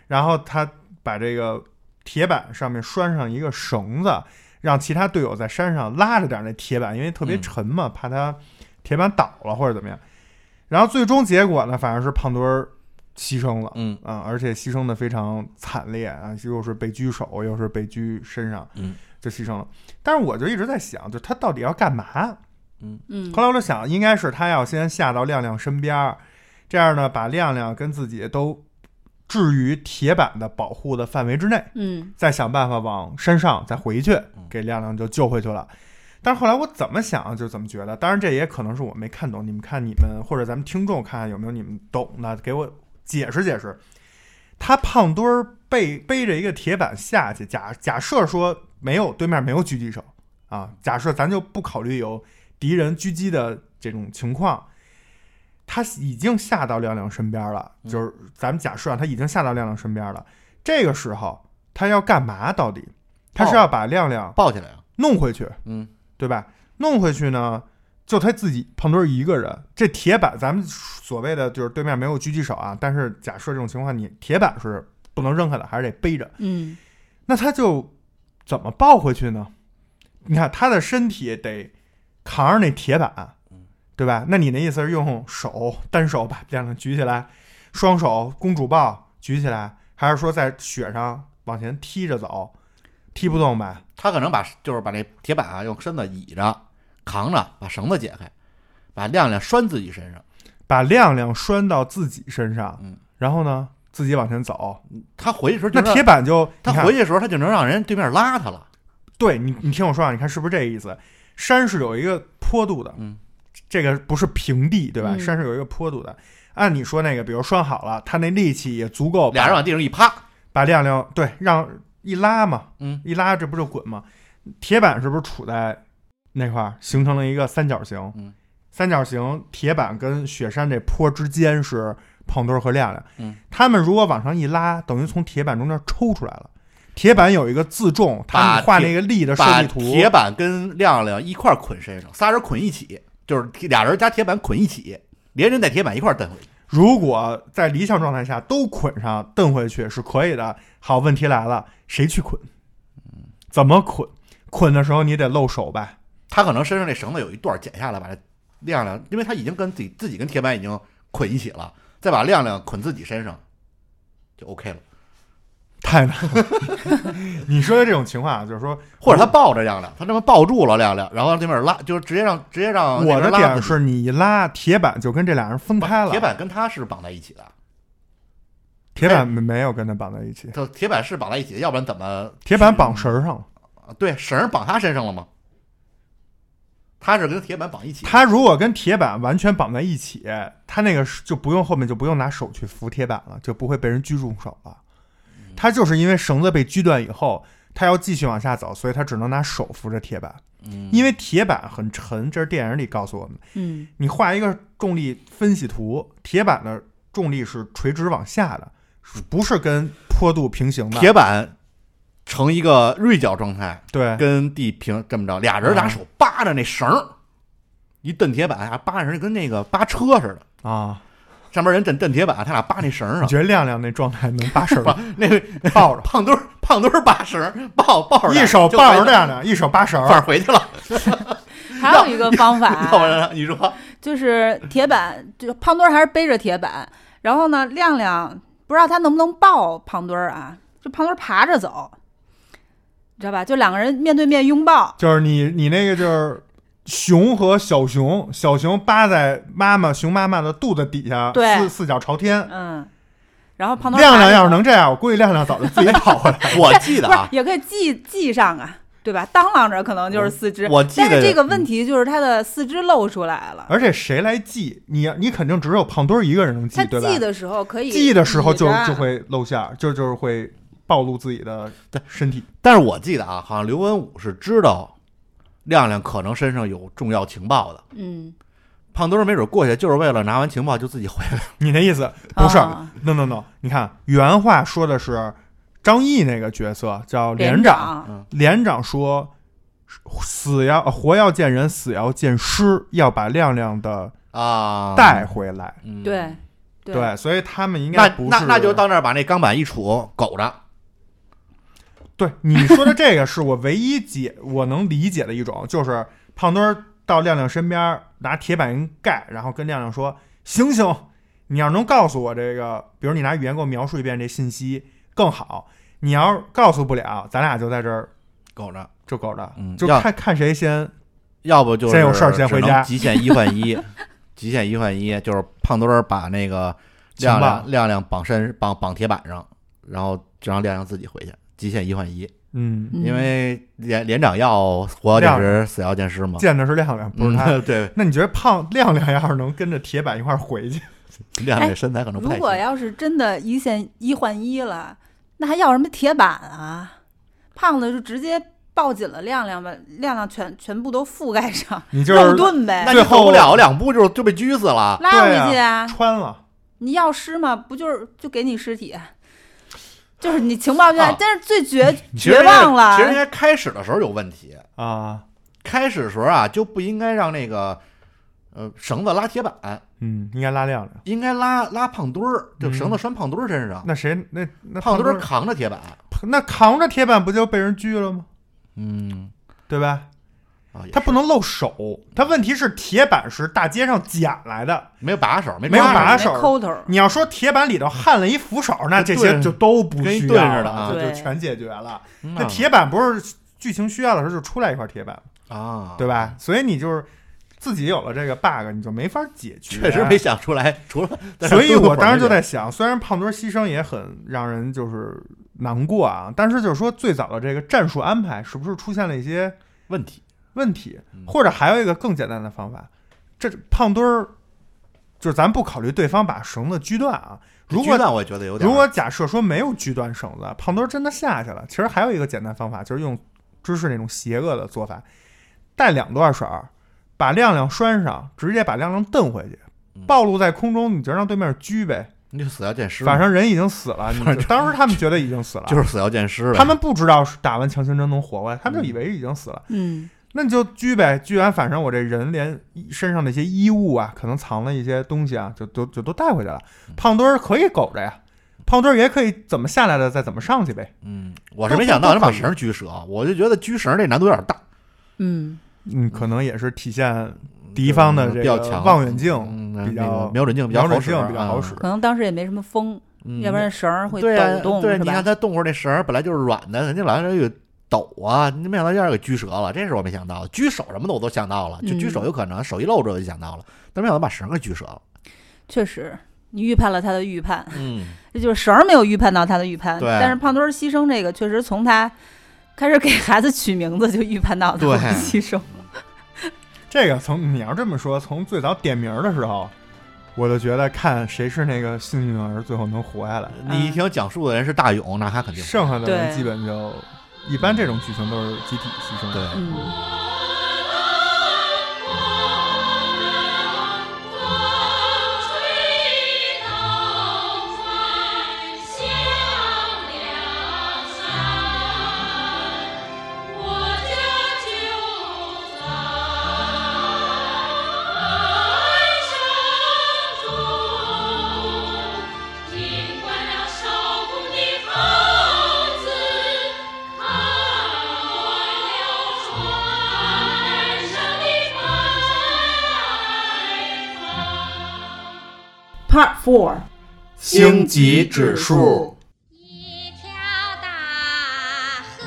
然后他把这个铁板上面拴上一个绳子，让其他队友在山上拉着点那铁板，因为特别
嗯
沉嘛，怕他铁板倒了或者怎么样。然后最终结果呢，反而是胖墩儿牺牲了。
嗯
啊、而且牺牲的非常惨烈啊，又是被狙手，又是被狙身上，
嗯，
就牺牲了。但是我就一直在想，就他到底要干嘛？
嗯
后来我就想，应该是他要先下到亮亮身边儿，这样呢，把亮亮跟自己都置于铁板的保护的范围之内，
嗯
再想办法往山上再回去，给亮亮就救回去了。但是后来我怎么想就怎么觉得，当然这也可能是我没看懂，你们看你们或者咱们听众看看有没有你们懂的，给我解释解释。他胖墩儿背背着一个铁板下去，假假设说没有对面没有狙击手啊，假设咱就不考虑有敌人狙击的这种情况，他已经下到亮亮身边了，就是咱们假设啊他已经下到亮亮身边了，这个时候他要干嘛？到底他是
抱
要把亮亮
抱起来啊，
弄回去，
嗯，
对吧？弄回去呢，就他自己胖墩儿一个人。这铁板，咱们所谓的就是对面没有狙击手啊，但是假设这种情况，你铁板是不能扔开的，还是得背着。
嗯
那他就怎么抱回去呢？你看他的身体得扛着那铁板，对吧？那你那意思是用手单手把亮亮举起来，双手公主抱举起来，还是说在雪上往前踢着走？踢不动呗？
他可能把就是把那铁板啊用身子倚着扛着，把绳子解开，把亮亮拴自己身上。
把亮亮拴到自己身上，
嗯
然后呢自己往前走，
他回去时候就
那
能
铁板就
他
你看
回去的时候他就能让人对面拉他了。
对你，你听我说啊，你看是不是这个意思？山是有一个坡度的，
嗯，
这个不是平地，对吧？
嗯
山是有一个坡度的。按你说那个，比如拴好了，他那力气也足够把，
俩人往地上一趴，
把亮亮对让一拉嘛，
嗯，
一拉这不就滚吗？铁板是不是处在那块儿形成了一个三角形？
嗯
三角形铁板跟雪山这坡之间是胖墩儿和亮亮，
嗯，
他们如果往上一拉，等于从铁板中间抽出来了。铁板有一个自重，他
把
们画
铁
那个力的设
把
计图，
铁板跟亮亮一块儿捆身上，仨人捆一起，就是俩人加铁板捆一起，连人带铁板一块儿蹬回去。
如果在理想状态下都捆上蹬回去是可以的。好，问题来了，谁去捆？
嗯
怎么捆？捆的时候你得露手吧？
他可能身上那绳子有一段剪下来，把这亮亮，因为他已经跟自己自己跟铁板已经捆一起了，再把亮亮捆自己身上就 OK 了。
太难了。 你说的这种情况啊，就是说，
或者他抱着亮亮，他这么抱住了亮亮，然后让对面拉，就是直接让直接让那
我
边
的
拉
点
自己
是你一拉铁板就跟这俩人分开了，
铁板跟哎他是绑在一起的，
铁板没没有跟他绑在一起，
他铁板是绑在一起的，要不然怎么
铁板绑绳儿上了。
啊对绳儿绑他身上了吗？他是跟铁板绑一起的，
他如果跟铁板完全绑在一起，他那个是就不用后面就不用拿手去扶铁板了，就不会被人狙中手了。
嗯
他就是因为绳子被锯断以后，他要继续往下走，所以他只能拿手扶着铁板，
嗯
因为铁板很沉，这是电影里告诉我们的。
嗯
你画一个重力分析图，铁板的重力是垂直往下的，不是跟坡度平行的。
铁板成一个锐角状态，
对
跟地平这么着，俩人拿手扒着那绳儿，一蹬铁板，还扒着人跟那个扒车似的，
啊，
上面人蹬蹬铁板，他俩扒那绳儿
你
上，
觉得亮亮那状态能八十
不
吗？，
那个
抱着，
胖墩儿胖墩儿扒绳儿，抱抱着
一
俩
手
就
抱
回
着
去
亮亮，一手八十。
反正回去了。
还有一个方
要不
法啊
然你说
就是铁板，就胖墩儿还是背着铁板，然后呢，亮亮不知道他能不能抱胖墩儿啊，就胖墩儿爬着走，你知道吧？就两个人面对面拥抱，
就是你，你那个就是熊和小熊，小熊扒在妈妈熊妈妈的肚子底下，
对
四四脚朝天。
嗯，然后胖头
亮亮要是
能
能这样，我估计亮亮早就 自己跑回来了。
我记得
不是
啊，
也可以系系上啊，对吧？当啷着可能就是四肢，
我记
但
得
是这个问题就是他的四肢露出来了。
而且谁来记你？你肯定只有胖墩儿一个人能记
他，
对吧？
系的时候可以啊
记的时候就
倚着
就会露馅儿，就就是会暴露自己的身体。
但是我记得啊，好像刘文武是知道亮亮可能身上有重要情报的。
嗯，
胖墩儿没准过去就是为了拿完情报就自己回来，
你那意思不是、
啊
n o no no，你看原话说的是张译那个角色叫连
连
长，连长说死要呃活要见人，死要见尸，要把亮亮的
啊，
带回来。
嗯
对对
对，所以他们应
那
该不是
那那就到那儿把那钢板一杵，苟着。
对你说的这个是我唯一解我能理解的一种，就是胖墩儿到亮亮身边儿拿铁板一盖，然后跟亮亮说：“醒醒，你要能告诉我这个，比如你拿语言给我描述一遍这信息更好。你要是告诉不了，咱俩就在这儿
苟着，
就狗了，
嗯
就
要
看看谁先。
要不就是
先有事儿先回家
只能极限一换一， 极限一换一就是胖墩儿把那个亮
情
亮亮亮绑身绑绑铁板上，然后就让亮亮自己回去。极限一换一，
嗯，
嗯
因为连连长要活要见尸，死要见尸嘛。
见的是亮亮，不是他。
嗯 对，
那你觉得胖亮亮要是能跟着铁板一块儿回 去，
亮亮这身材可能不
哎如
太
果
行。
要是真的一线一换一了，那还要什么铁板啊？胖子就直接抱紧了亮亮吧，亮亮全全部都覆盖上，
你就
肉
是
盾呗
那，
最
你
后
走不了两步就就被狙死了。
拉回去啊！
穿了。
你要尸吗？不就是就给你尸体？就是你情报
啊
站，但是最绝
其实
绝望了
其实应该开始的时候有问题，
啊，
开始的时候啊就不应该让那个呃绳子拉铁板，
嗯，应该拉亮亮。
应该拉拉胖墩儿，就
嗯
绳子拴胖墩儿身上，
那谁那那
胖
胖
墩
墩
儿
儿
扛着铁板。
那扛着铁板不就被人拘了吗？
嗯，
对吧？
啊，也
他
是
不能露手，他问题是铁板是大街上捡来的。
没有把手，没
没有
抓
把
手
手
抠头儿，
你要说铁板里头焊了一扶手，那这些
嗯对
就都不
跟一
需
盾
要
似的啊
了，就
对
全解决了。
嗯
那铁板不是剧情需要的时候就出来一块铁板，
啊，
对？吧？所以你就是自己有了这个 bug，你就没法解决。
确实没想出来，除了
所 以我当时就在想，虽然胖墩儿牺牲也很让人就是难过啊，但是就是说最早的这个战术安排是不是出现了一些
问题，
问题
嗯？
或者还有一个更简单的方法，这胖墩儿就是咱不考虑对方把绳子锯断啊，如果
狙断我也啊觉得有点，
如果假设说没有锯断绳子，胖墩儿真的下去了，其实还有一个简单方法，就是用芝士那种邪恶的做法，带两段绳儿，把亮亮拴上，直接把亮亮蹬回去
嗯，
暴露在空中，你就让对面狙呗。
你就死要见尸嘛，
反正人已经死了，你
反
就当时他们觉得已经死了，
就是死要见尸呗。
他们不知道是打完强心针能活过来，他们就
嗯
以为已经死了。
嗯，
那你就狙呗，狙完反正我这人连身上那些衣物啊，可能藏了一些东西啊，就都就都带回去了。
嗯
胖墩儿可以苟着呀，胖墩儿也可以怎么下来的再怎么上去呗。
嗯，我是没想到能把绳狙折，我就觉得狙绳这难度有点大，
嗯，
嗯，可能也是体现敌嗯方的这
嗯比较
个
强，
望远镜
嗯
比较啊
那个瞄准镜比较
瞄
好
准
使，
镜比较好使，
可能当时也没什么风，
嗯，
要不然绳儿会
对啊
抖动，
对，
是
你看
吧？
他动会儿那绳儿本来就是软的，人家老让人给抖啊，你没想到让人给狙折了，这是我没想到的。狙手什么的我都想到了，
嗯
就狙手有可能手一露着我就想到了，但没想到把绳儿给狙折了。
确实，你预判了他的预判，
嗯，
这就是绳儿没有预判到他的预判。
对
但是胖墩儿牺牲这个，确实从他开始给孩子取名字就预判到他
对
的 牺牲。
这个从你要这么说，从最早点名儿的时候，我就觉得看谁是那个幸运儿，最后能活下来，
嗯你一听讲述的人是大勇，那他肯定
剩下的人
对
基本就一般这种剧情都是集体牺牲
对
的。。
嗯，
风吹稻船向梁山，我家就在山中，听惯了少公的猴子，看惯了船上的白帆。
Part 4
星级指数。
一条大河。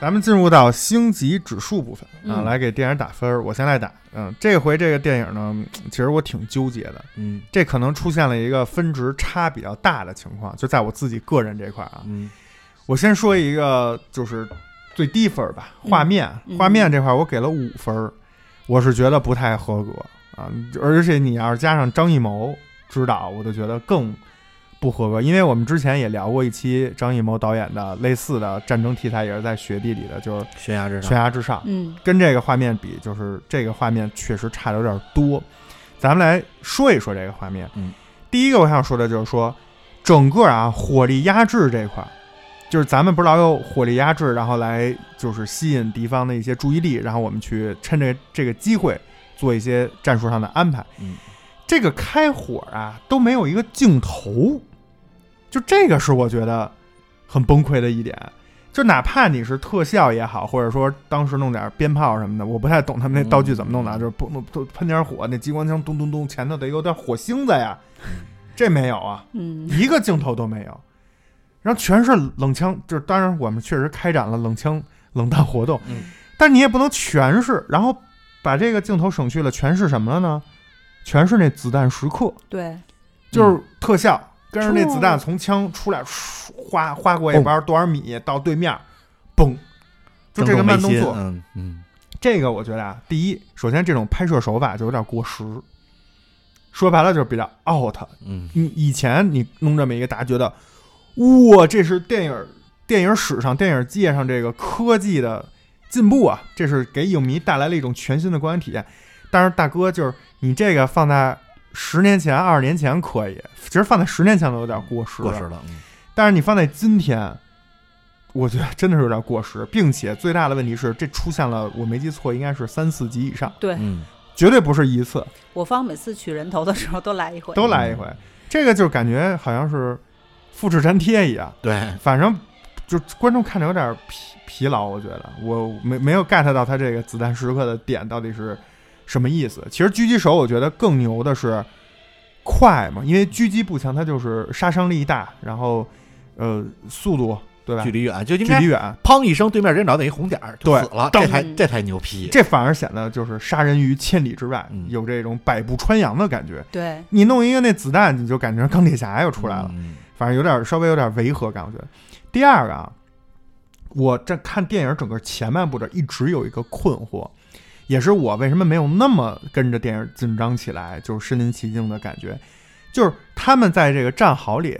咱们进入到星级指数部分啊，
嗯
来给电影打分儿。我先来打，嗯，这回这个电影呢，嗯其实我挺纠结的，
嗯
这可能出现了一个分值差比较大的情况，就在我自己个人这块啊。
嗯
我先说一个，就是最低分儿吧，
嗯
画面，
嗯
画面这块我给了五分儿，我是觉得不太合格啊，而且你要是加上张艺谋指导，我就觉得更不合格，因为我们之前也聊过一期张艺谋导演的类似的战争题材，也是在雪地里的，就是
悬崖之上
悬，崖之上，
嗯
跟这个画面比，就是这个画面确实差的有点多。咱们来说一说这个画面。
嗯，
第一个我想说的就是说，整个啊火力压制这块儿，就是咱们不是老有火力压制，然后来就是吸引敌方的一些注意力，然后我们去趁着这个机会做一些战术上的安排。
嗯，
这个开火啊都没有一个镜头，就这个是我觉得很崩溃的一点。就哪怕你是特效也好，或者说当时弄点鞭炮什么的，我不太懂他们那道具怎么弄的，啊
嗯
就是不不喷点火，那激光枪咚咚咚，前头得有点火星子呀，
嗯
这没有啊，
嗯
一个镜头都没有，然后全是冷枪，就是当然我们确实开展了冷枪冷弹活动，
嗯
但你也不能全是，然后把这个镜头省去了，全是什么了呢？全是那子弹时刻，
嗯
对，
就是特效，跟着那子弹
出
从枪出来，唰划划过一边多少米到对面，嘣，就这个慢动作。
嗯嗯
这个我觉得啊，第一，首先这种拍摄手法就有点过时，说白了就是比较 out。
嗯
你以前你弄这么一个，大家觉得哇，这是电影电影史上、电影界上这个科技的进步啊，这是给影迷带来了一种全新的观影体验。但是大哥，就是你这个放在十年前、二十年前可以，其实放在十年前都有点过时了。
过时了，嗯
但是你放在今天，我觉得真的是有点过时，并且最大的问题是，这出现了，我没记错，应该是三四集以上，
对
嗯
绝对不是一次，
我方每次取人头的时候都来一回，
都来一回。这个就感觉好像是复制粘贴一样。
对，
反正就观众看着有点疲疲劳，我觉得我没没有 get 到他这个子弹时刻的点到底是什么意思。其实狙击手我觉得更牛的是快嘛，因为狙击步枪它就是杀伤力大，然后呃速度对吧？
距
距
离远就应该
离远，
砰一声，对面人脑袋一红点儿就
对
死了，这才
噔
这才牛批，
这反而显得就是杀人于千里之外，
嗯
有这种百步穿杨的感觉。
对，
你弄一个那子弹，你就感觉钢铁侠又出来了。
嗯，
反正有点稍微有点违和感，我觉得。第二个啊，我这看电影整个前半部这一直有一个困惑，也是我为什么没有那么跟着电影紧张起来，就是身临其境的感觉，就是他们在这个战壕里。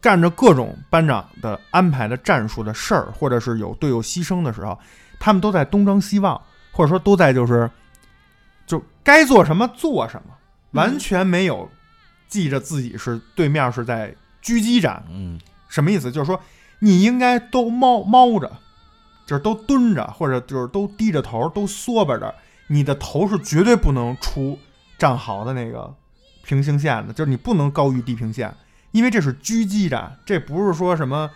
干着各种班长的安排的战术的事儿，或者是有队友牺牲的时候，他们都在东张西望，或者说都在就是，就该做什么做什么，完全没有记着自己是对面是在狙击战，
嗯
什么意思？就是说你应该都猫猫着，就是都蹲着，或者就是都低着头，都缩巴着，你的头是绝对不能出战壕的那个平行线的，就是你不能高于地平线，因为这是狙击战，这不是说什么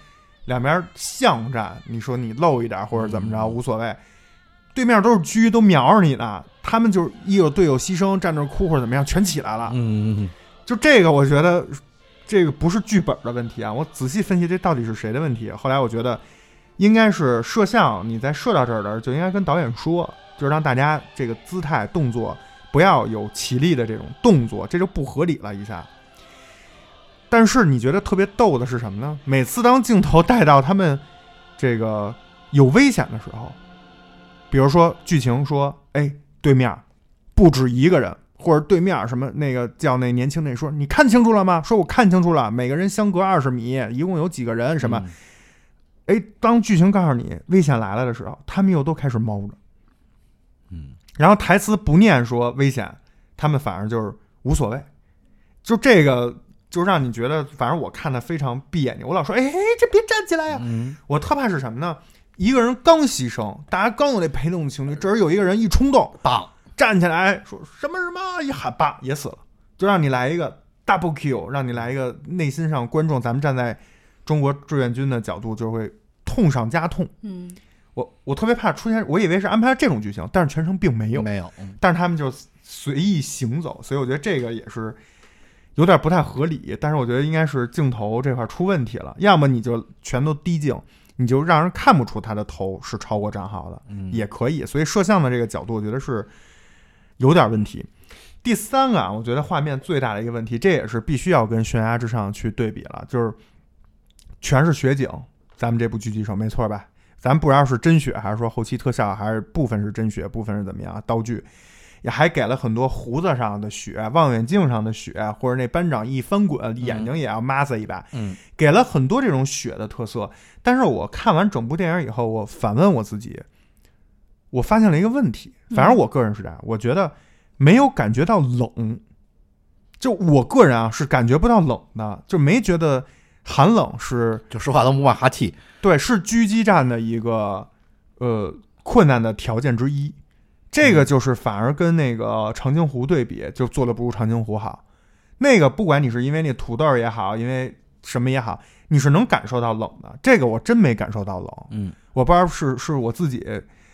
两边巷战，你说你漏一点或者怎么着
嗯
无所谓。对面都是狙，都瞄着你呢。他们就是一有队友牺牲，站那儿哭或者怎么样，全起来了。
嗯嗯
就这个，我觉得这个不是剧本的问题啊。我仔细分析这到底是谁的问题。后来我觉得应该是摄像，你在摄到这儿的时候就应该跟导演说，就是让大家这个姿态动作不要有起立的这种动作，这就不合理了一下。但是你觉得特别逗的是什么呢？每次当镜头带到他们这个有危险的时候，比如说剧情说，哎，对面不止一个人，或者对面什么那个叫那年轻那说，你看清楚了吗？说我看清楚了，每个人相隔二十米，一共有几个人？什么？
嗯
哎，当剧情告诉你危险来了的时候，他们又都开始猫着，
嗯，
然后台词不念说危险，他们反而就是无所谓，就这个就让你觉得，反正我看的非常闭眼睛，我老说，哎，这别站起来呀、
嗯
我特怕是什么呢？一个人刚牺牲，大家刚有那陪同情绪，这时有一个人一冲动，
棒，
站起来说什么什么，一喊爸也死了，就让你来一个 double kill，让你来一个内心上观众，咱们站在中国志愿军的角度就会痛上加痛。
嗯
我我特别怕出现，我以为是安排了这种剧情，但是全程并没有，
没有，嗯
但是他们就随意行走，所以我觉得这个也是有点不太合理。但是我觉得应该是镜头这块出问题了，要么你就全都低镜，你就让人看不出他的头是超过账号的，
嗯
也可以。所以摄像的这个角度，我觉得是有点问题。第三个啊，我觉得画面最大的一个问题，这也是必须要跟《悬崖之上》去对比了，就是全是雪景，咱们这部剧集上没错吧？咱不知道是真雪还是说后期特效，还是部分是真雪，部分是怎么样道具，也还给了很多胡子上的血、望远镜上的血，或者那班长一翻滚，眼睛也要抹撒一把，
嗯
给了很多这种血的特色。但是我看完整部电影以后，我反问我自己，我发现了一个问题，反正我个人是这样，我觉得没有感觉到冷，就我个人啊是感觉不到冷的，就没觉得寒冷是
就说话都不冒哈气，
对，是狙击战的一个呃困难的条件之一。这个就是反而跟那个长津湖对比，就做的不如长津湖好。那个不管你是因为那土豆儿也好，因为什么也好，你是能感受到冷的。这个我真没感受到冷，
嗯，
我不知道是是我自己，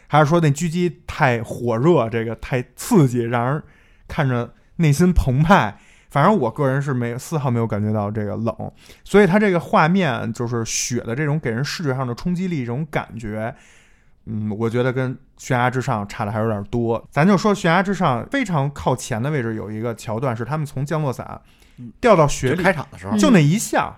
还是说那狙击太火热，这个太刺激，让人看着内心澎湃。反正我个人是没丝毫没有感觉到这个冷，所以它这个画面就是雪的这种给人视觉上的冲击力，这种感觉，嗯，我觉得跟悬崖之上差的还有点多。咱就说悬崖之上非常靠前的位置有一个桥段，是他们从降落伞掉到雪
就
里，
开场的时候，
就那一下，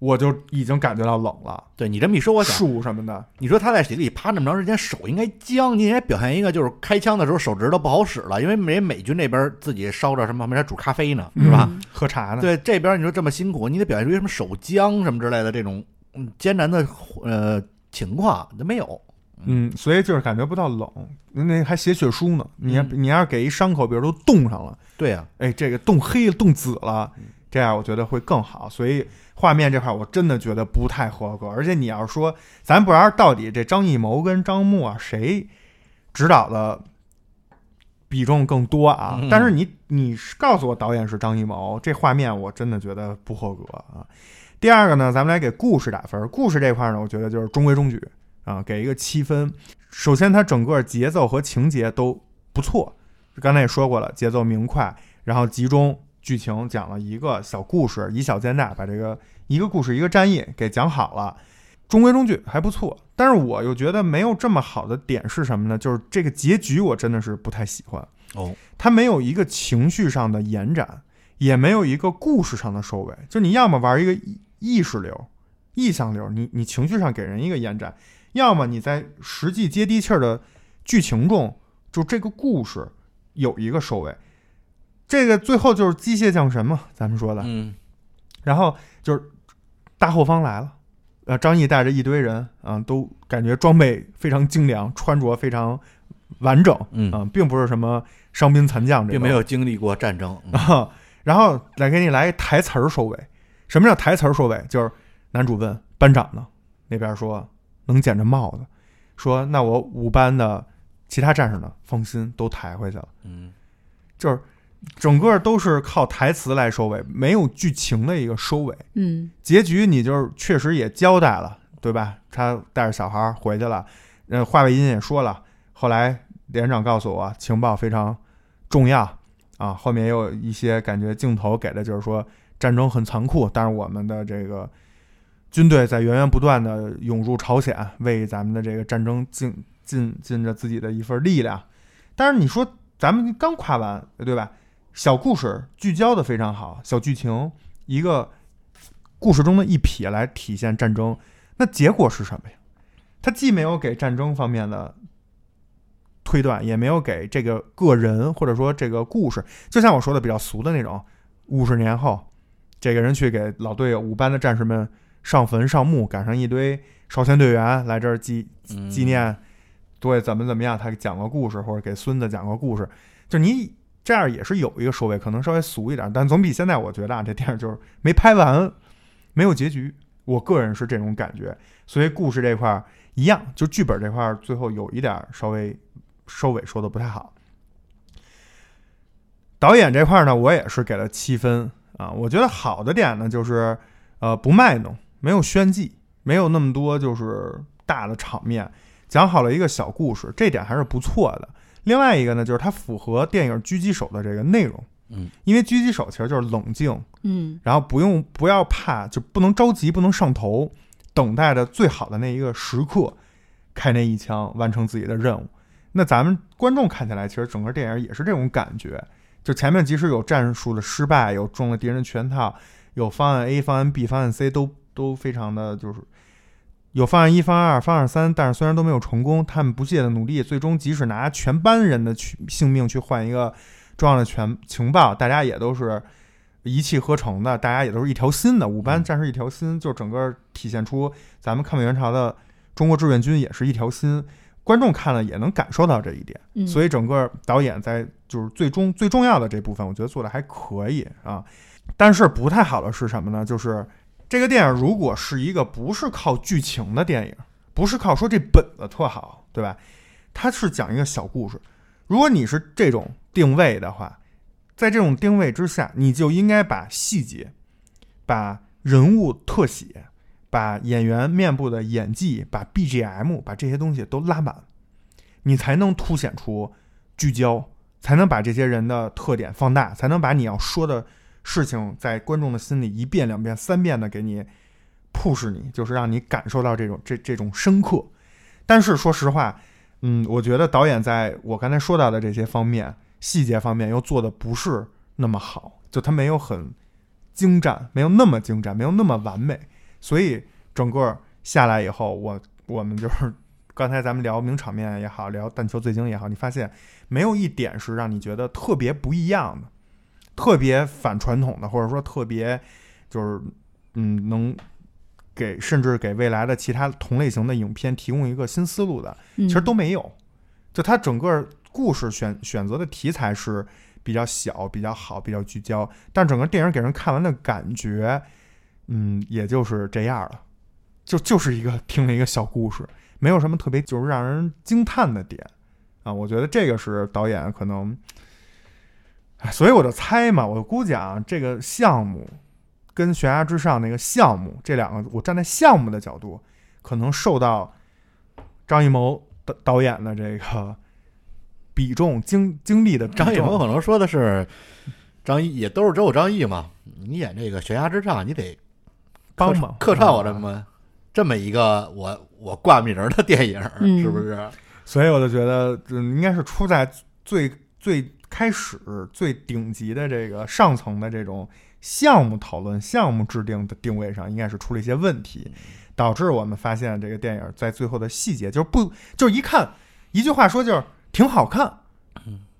我就已经感觉到冷了，
对你这么一说，我想，
树什么的，
你说他在雪地里趴那么长时间，手应该僵，你应该表现一个就是开枪的时候手指头不好使了，因为美美军那边自己烧着什么，旁边还煮咖啡呢，是吧？
嗯
喝茶呢。
对，这边你说这么辛苦，你得表现出一什么手僵什么之类的这种嗯艰难的呃情况，那没有。
嗯，所以就是感觉不到冷，那还写血书呢。你要、你要是给一伤口，比如都冻上了，
对呀、
哎，这个冻黑了、冻紫了，
嗯
这样我觉得会更好。所以画面这块我真的觉得不太合格。而且你要说，咱不知道到底这张艺谋跟张默、啊、谁指导的比重更多啊？
嗯
但是你你是告诉我导演是张艺谋，这画面我真的觉得不合格啊。第二个呢，咱们来给故事打分。故事这块呢，我觉得就是中规中矩啊，给一个七分。首先，它整个节奏和情节都不错，刚才也说过了，节奏明快，然后集中剧情讲了一个小故事，以小见大，把这个一个故事一个战役给讲好了，中规中矩，还不错。但是我又觉得没有这么好的点是什么呢？就是这个结局我真的是不太喜欢，
哦，
它没有一个情绪上的延展，也没有一个故事上的收尾。就你要么玩一个意意识流、意向流，你你情绪上给人一个延展；要么你在实际接地气儿的剧情中，就这个故事有一个收尾。这个最后就是机械降神嘛，咱们说的，
嗯，
然后就是大后方来了，呃，张译带着一堆人，啊、都感觉装备非常精良，穿着非常完整，
嗯
啊并不是什么伤兵残将这
并
种，
没有经历过战争。嗯
啊。 然后再给你来一台词儿收尾，什么叫台词儿收尾？就是男主问班长呢，那边说能捡着帽子，说那我五班的其他战士呢，放心都抬回去了。
嗯，
就是整个都是靠台词来收尾，没有剧情的一个收尾。
嗯
结局你就是确实也交代了，对吧？他带着小孩儿回去了，呃，话外音也说了。后来连长告诉我，情报非常重要啊。后面也有一些感觉镜头给的就是说战争很残酷，但是我们的这个军队在源源不断的涌入朝鲜，为咱们的这个战争尽尽尽着自己的一份力量。但是你说咱们刚夸完，对吧？小故事聚焦的非常好，小剧情一个故事中的一瞥来体现战争，那结果是什么呀？他既没有给战争方面的推断，也没有给这个个人或者说这个故事，就像我说的比较俗的那种，五十年后，这个人去给老队友五班的战士们上坟上墓，赶上一堆少先队员来这儿祭
嗯
纪念，对怎么怎么样，他讲个故事或者给孙子讲个故事，就你这样也是有一个收尾，可能稍微俗一点，但总比现在我觉得啊，这电影就是没拍完，没有结局，我个人是这种感觉。所以故事这块儿一样，就剧本这块儿最后有一点儿稍微收尾收的不太好。导演这块儿呢，我也是给了七分啊。我觉得好的点呢，就是呃不卖弄，没有炫技，没有那么多就是大的场面，讲好了一个小故事，这点还是不错的。另外一个呢，就是它符合电影《狙击手》的这个内容，
嗯，
因为《狙击手》其实就是冷静，
嗯
然后不用不要怕，就不能着急，不能上头，等待着最好的那一个时刻，开那一枪，完成自己的任务。那咱们观众看起来，其实整个电影也是这种感觉，就前面即使有战术的失败，有中了敌人的圈套，有方案 A、方案 B、方案 C 都都非常的就是有方案一、方案二、方案三，但是虽然都没有成功，他们不懈的努力，最终即使拿全班人的去性命去换一个重要的全情报，大家也都是一气呵成的，大家也都是一条心的，五班战士一条心，就整个体现出咱们抗美援朝的中国志愿军也是一条心，观众看了也能感受到这一点。
嗯，
所以整个导演在就是最终最重要的这部分，我觉得做的还可以啊。但是不太好的是什么呢？就是这个电影如果是一个不是靠剧情的电影，不是靠说这本子特好，对吧？它是讲一个小故事。如果你是这种定位的话，在这种定位之下，你就应该把细节、把人物特写、把演员面部的演技、把 BGM、把这些东西都拉满。你才能凸显出聚焦，才能把这些人的特点放大，才能把你要说的事情在观众的心里一遍、两遍、三遍的给你 push 你，就是让你感受到这种这这种深刻。但是说实话，嗯，我觉得导演在我刚才说到的这些方面、细节方面又做的不是那么好，就他没有很精湛，没有那么精湛，没有那么完美，所以整个下来以后，我我们就是刚才咱们聊名场面也好，聊但求最精也好，你发现没有一点是让你觉得特别不一样的，特别反传统的，或者说特别就是嗯能给甚至给未来的其他同类型的影片提供一个新思路的，
其
其实都没有。就它整个故事选选择的题材是比较小、比较好、比较聚焦，但整个电影给人看完的感觉，嗯，也就是这样了，就就是一个听了一个小故事，没有什么特别就是让人惊叹的点啊。我觉得这个是导演可能，哎所以我就猜嘛，我估计啊，这个项目跟《悬崖之上》那个项目这两个，我站在项目的角度，可能受到张艺谋导导演的这个比重经经历的比重
张艺谋可能说的是张译，也都是只有张译嘛。你演这个悬崖之上，你得
帮忙
客串我这
啊
么、这么一个我我挂名儿的电影儿，
嗯
是不是？
所以我就觉得，嗯，应该是出在最最开始、最顶级的这个上层的这种项目讨论、项目制定的定位上，应该是出了一些问
嗯
题，导致我们发现这个电影在最后的细节就是不，就是一看一句话说就是挺好看，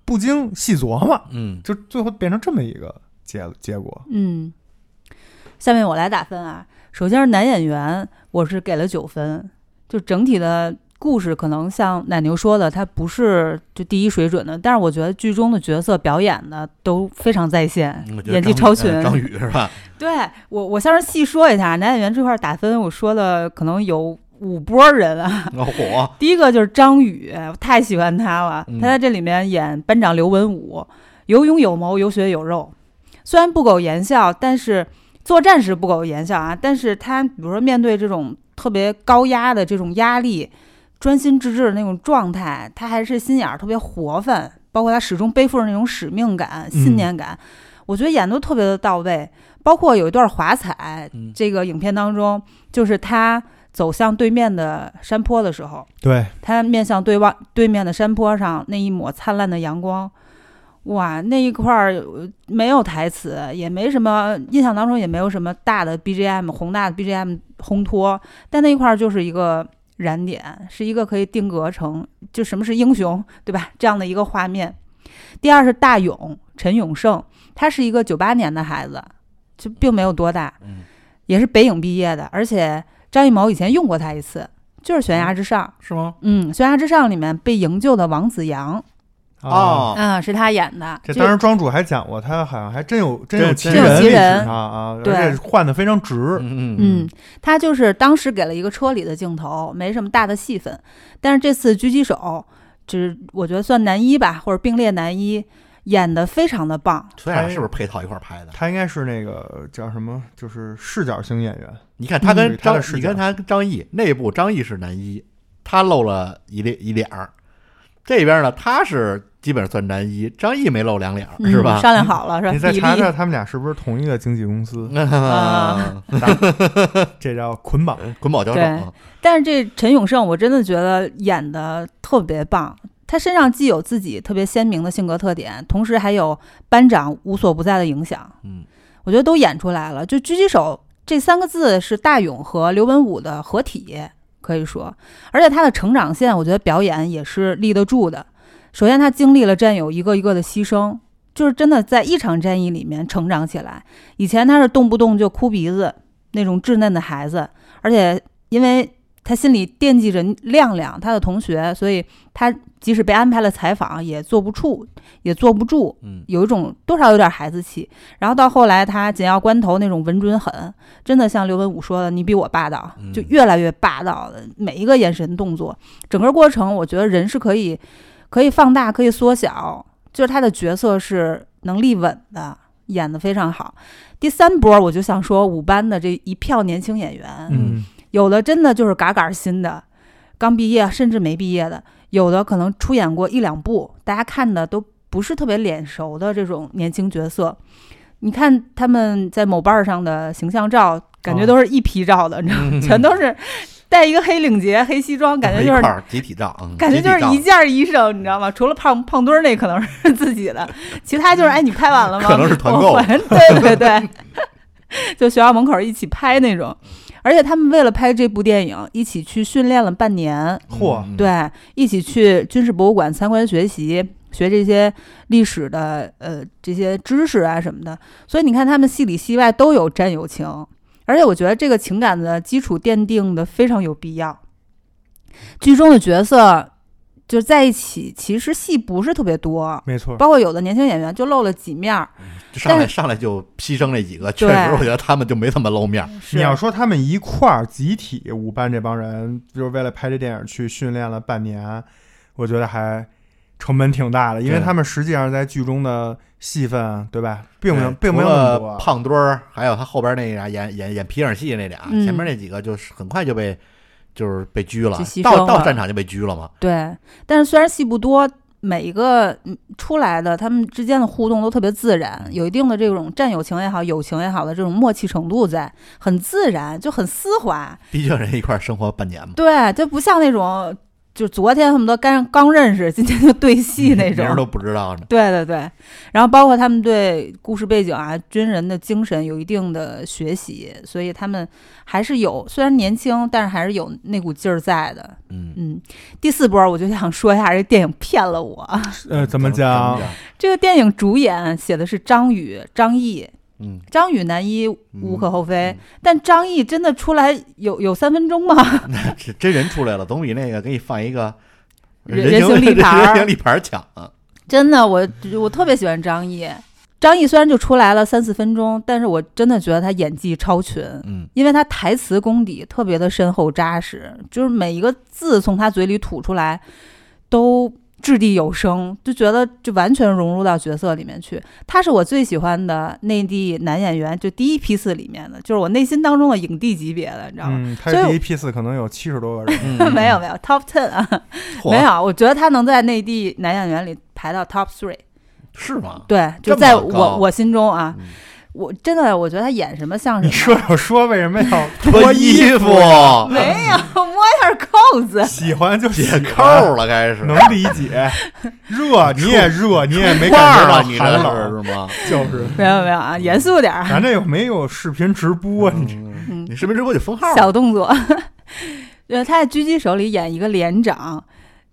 不经细琢磨，
嗯，
就最后变成这么一个结结果。
嗯，下面我来打分啊。首先是男演员，我是给了九分，就整体的故事可能像奶牛说的，它不是就第一水准的，但是我觉得剧中的角色表演的都非常在线
我，觉得
演技
张
超
宇
群
呃。张宇是 吧？
对我，我先是细说一下男演员这块打分，我说了可能有五波人啊，
老哦火，
第一个就是张宇，我太喜欢他了。
嗯
他在这里面演班长刘文武，有勇有谋，有血有肉。虽然不苟言笑，但是作战时不苟言笑啊。但是他比如说面对这种特别高压的这种压力，专心致志的那种状态，他还是心眼儿特别活泛，包括他始终背负着那种使命感、信念感，我觉得演得特别的到位。包括有一段华彩，
嗯
这个影片当中，就是他走向对面的山坡的时候，
对，
他面向对望对面的山坡上那一抹灿烂的阳光，哇，那一块儿呃没有台词，也没什么印象当中也没有什么大的 BGM 宏大的 BGM 烘托，但那一块儿就是一个燃点，是一个可以定格成就什么是英雄，对吧？这样的一个画面。第二是大勇陈永胜，他是一个九八年的孩子，就并没有多大，
嗯
也是北影毕业的，而且张艺谋以前用过他一次，就是《悬崖之上》
是吗？
嗯，《悬崖之上》里面被营救的王子阳，
啊，
哦，
嗯，是他演的。
这当时庄主还讲过，他好像还真有真
真有
其
其人
历史
真有其人
上啊，而
对
且换的非常值。
嗯
嗯，他就是当时给了一个车里的镜头，没什么大的戏份。但是这次狙击手，只我觉得算男一吧，或者并列男一，演的非常的棒。
所以俩是不是配套一块儿拍的？
他应该是那个叫什么，就是视角型演员。
你看他跟
嗯他
张
的，视
你
角
跟他跟张译那部，张译是男一，他露了一脸一脸儿，这边呢，他是基本上算男一，张译没露两脸儿，
嗯
是吧？
商量好了是吧？
你再
比
查
例
查他们俩是不是同一个经纪公司？
啊，
这叫捆绑。
捆绑交手
对
啊，
但是这陈永胜，我真的觉得演的特别棒。他身上既有自己特别鲜明的性格特点，同时还有班长无所不在的影响。
嗯，
我觉得都演出来了。就狙击手这三个字是大勇和刘文武的合体，可以说，而且他的成长线，我觉得表演也是立得住的。首先，他经历了战友一个一个的牺牲，就是真的在一场战役里面成长起来。以前他是动不动就哭鼻子那种稚嫩的孩子，而且因为他心里惦记着亮亮他的同学，所以他即使被安排了采访，也坐不住，也坐不住，
嗯，
有一种多少有点孩子气。然后到后来，他紧要关头那种稳准狠，真的像刘文武说的，你比我霸道
嗯，
就越来越霸道了。每一个眼神动作，整个过程，我觉得人是可以可以放大，可以缩小，就是他的角色是能立稳的，演得非常好。第三波，我就想说五班的这一票年轻演员，
嗯，
有的真的就是嘎嘎新的，刚毕业甚至没毕业的，有的可能出演过一两部，大家看的都不是特别脸熟的这种年轻角色。你看他们在某瓣儿上的形象照，感觉都是一批照的，你知道吗？全都是戴一个黑领结、黑西装， 感觉就
嗯一
是
块儿集体仗，嗯
感觉就是一
集体
件衣裳，你知道吗？除了胖胖墩儿那可能是自己的，其他就是哎，你拍完了吗？
可能是团购
我还对对对， 就学校门口一起拍那种。而且他们为了拍这部电影，一起去训练了半年，
仗
嚯，
嗯，
对，一起去军事博物馆参观学习，学这些历史的呃这些知识啊什么的。所以你看，他们戏里戏外都有战友情，而且我觉得这个情感的基础奠定的非常有必要。剧中的角色就在一起，其实戏不是特别多，
没错。
包括有的年轻演员就露了几面儿。
上来
但
上来就牺牲那几个，确
对
实我觉得他们就没怎么露面儿，
你要说他们一块儿集体五班这帮人，就是为了拍这电影去训练了半年，我觉得还成本挺大的，因为
对
他们实际上在剧中的戏份，啊对吧，并没有
对
并没有
哎除
那么
了
多。啊
胖墩儿，还有他后边那俩演演演皮影戏那俩，
嗯
前面那几个就是很快就被就是被拘了
就牺，牲
到到
了
战场就被拘了嘛。
对，但是虽然戏不多，每一个嗯出来的他们之间的互动都特别自然，有一定的这种战友情也好、友情也好的这种默契程度在，很自然，就很丝滑。
毕竟人一块儿生活半年嘛，
对，就不像那种就昨天恨不得刚刚认识，今天就对戏 那种
名儿。都不知道呢。
对对对，然后包括他们对故事背景啊、军人的精神有一定的学习，所以他们还是有，虽然年轻，但是还是有那股劲儿在的。
嗯，
嗯，第四波我就想说一下，这电影骗了我。
呃，怎么讲？？
这个电影主演写的是张宇、张译，
嗯，
张宇男一无可厚非，
嗯
但张译真的出来有有三分钟吗？
这真人出来了，总比那个给你放一个
人
人
人形立牌儿
人形立牌儿强啊。
真的，我我特别喜欢张译。张译虽然就出来了三四分钟，但是我真的觉得他演技超群，
嗯，
因为他台词功底特别的深厚扎实，就是每一个字从他嘴里吐出来都掷地有声，就觉得就完全融入到角色里面去。他是我最喜欢的内地男演员，就第一批次里面的，就是我内心当中的影帝级别的，你知道吗？
嗯，他
所以
是
我
第一批次，可能有七十多个 人。
没有没有 top ten 啊，
嗯嚯
没有，我觉得他能在内地男演员里排到 top three。
是吗？
对，
这
就
么
在
高
我我心中啊，
嗯
我真的我觉得他演什么像
你
什
说说说，为什么要
脱
脱衣
服
服？
么，没有摸一下扣子，
喜欢就喜
解
欢
扣，了，开始
能理解。热你也热，你也没
腕
感
儿
觉到
了，你
寒冷，
这是是吗？
就是。
没有没有啊，严 肃点儿啊，
咱这有没有视频直播？你这
嗯
你视频直播就封号了，
小动作。呃，他在《狙击手》里演一个连长，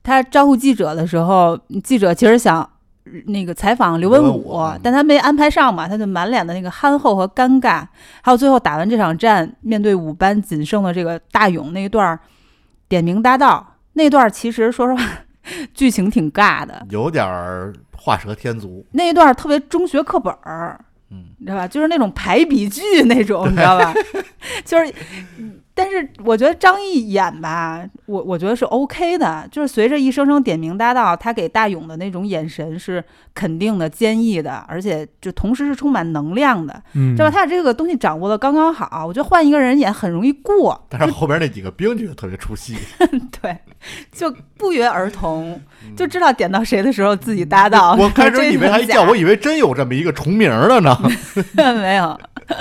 他招呼记者的时候，记者其实想呃那个采访刘文
刘文
武
武嗯，
但他没安排上嘛，他就满脸的那个憨厚和尴尬。还有最后打完这场战，面对五班仅剩的这个大勇那一段儿点名搭道那段，其实说实话， 剧情挺尬的。
有点儿画蛇添足。
那一段儿特别中学课本儿，
嗯，
你知道吧？就是那种排比句那种，你知道吧？就是嗯但是我觉得张译演吧，我我觉得是 OK 的，就是随着一声声点名搭到，他给大勇的那种眼神是肯定的、坚毅的，而且就同时是充满能量的，
嗯
这把他这个东西掌握的刚刚好。我觉得换一个人演很容易过，
但是后边那几个兵觉得特别出戏，
对，就不约而同就知道点到谁的时候自己搭档。
嗯我开始以为他一叫，我
也
以为真有这么一个重名儿 的呢。
没有。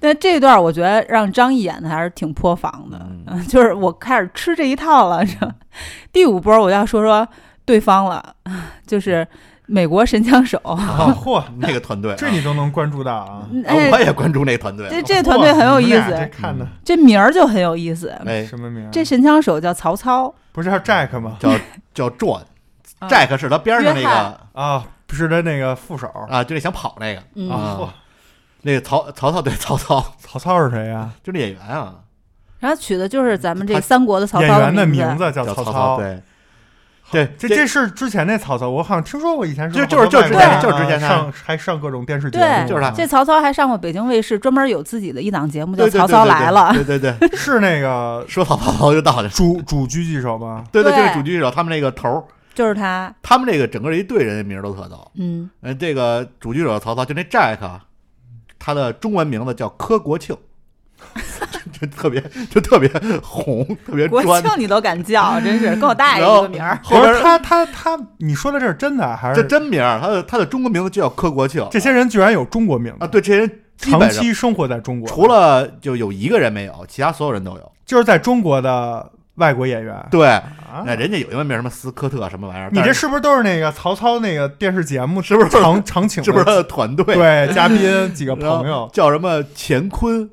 但这一段我觉得让张译演的还是挺破防的，
嗯
就是我开始吃这一套了。这第五波我要说说对方了，就是美国神枪 手，
啊嚯，
那个团队啊，
这你都能关注到啊？
啊我也关注那个团队
嗯哎这这
了。
团队很有
嚯
意
你们俩这
思，
看的
这名儿就很有意思。
哎，
什么名儿？
这神枪手叫曹操，
不是叫 Jack 吗？
叫叫 John，Jack
啊
是他边上那
约
个
翰
啊，不是他那个副手啊。
啊，就那想跑那个
嗯
嚯
啊，那个曹曹操对曹操，
曹操是谁呀？
就那演员啊，
然后取的就是咱们这
他
三国的曹
演
操
员的
名
名。字叫
叫
曹
操，对对，
这这是之前那曹操，我好像听说过以前是
就
好多
就是就是
外国人啊
就是之前他
上还上各种电视节
对
目，
就是他
这曹操还上过北京卫视，专门有自己的一档节目叫
对
《曹操来了》。
对对对对，对
是那个
说曹操就到了。
主主狙击手吗？
对对，
对
就是主狙手，他们那个头儿，
就是他，
他们这个整个一队人的名儿都特逗。
嗯，
嗯，这个主狙手曹操就那 Jack，啊他的中文名字叫柯国庆， 就特别就特别红，特别
国
专
庆。你都敢叫，真是跟我大爷
然
一
后
个名儿。
后
不
边
是他他他，你说的这是真的啊还
这
是？
真名儿，他的他的中国名字就叫柯国庆。
这些人居然有中国名
啊，
字，
对这些人基
长
本上
期生活在中国，
除了就有一个人没有，其他所有人都有。
就是在中国的外国演员。
对，
啊
那人家有英文名什么斯科特什么玩意儿，
你这
但是
是不是都是那个曹操那个电视节目
是不是
常常请的？
是不是他的 团队？
对嘉宾几个
然后
朋友，
叫什么乾坤，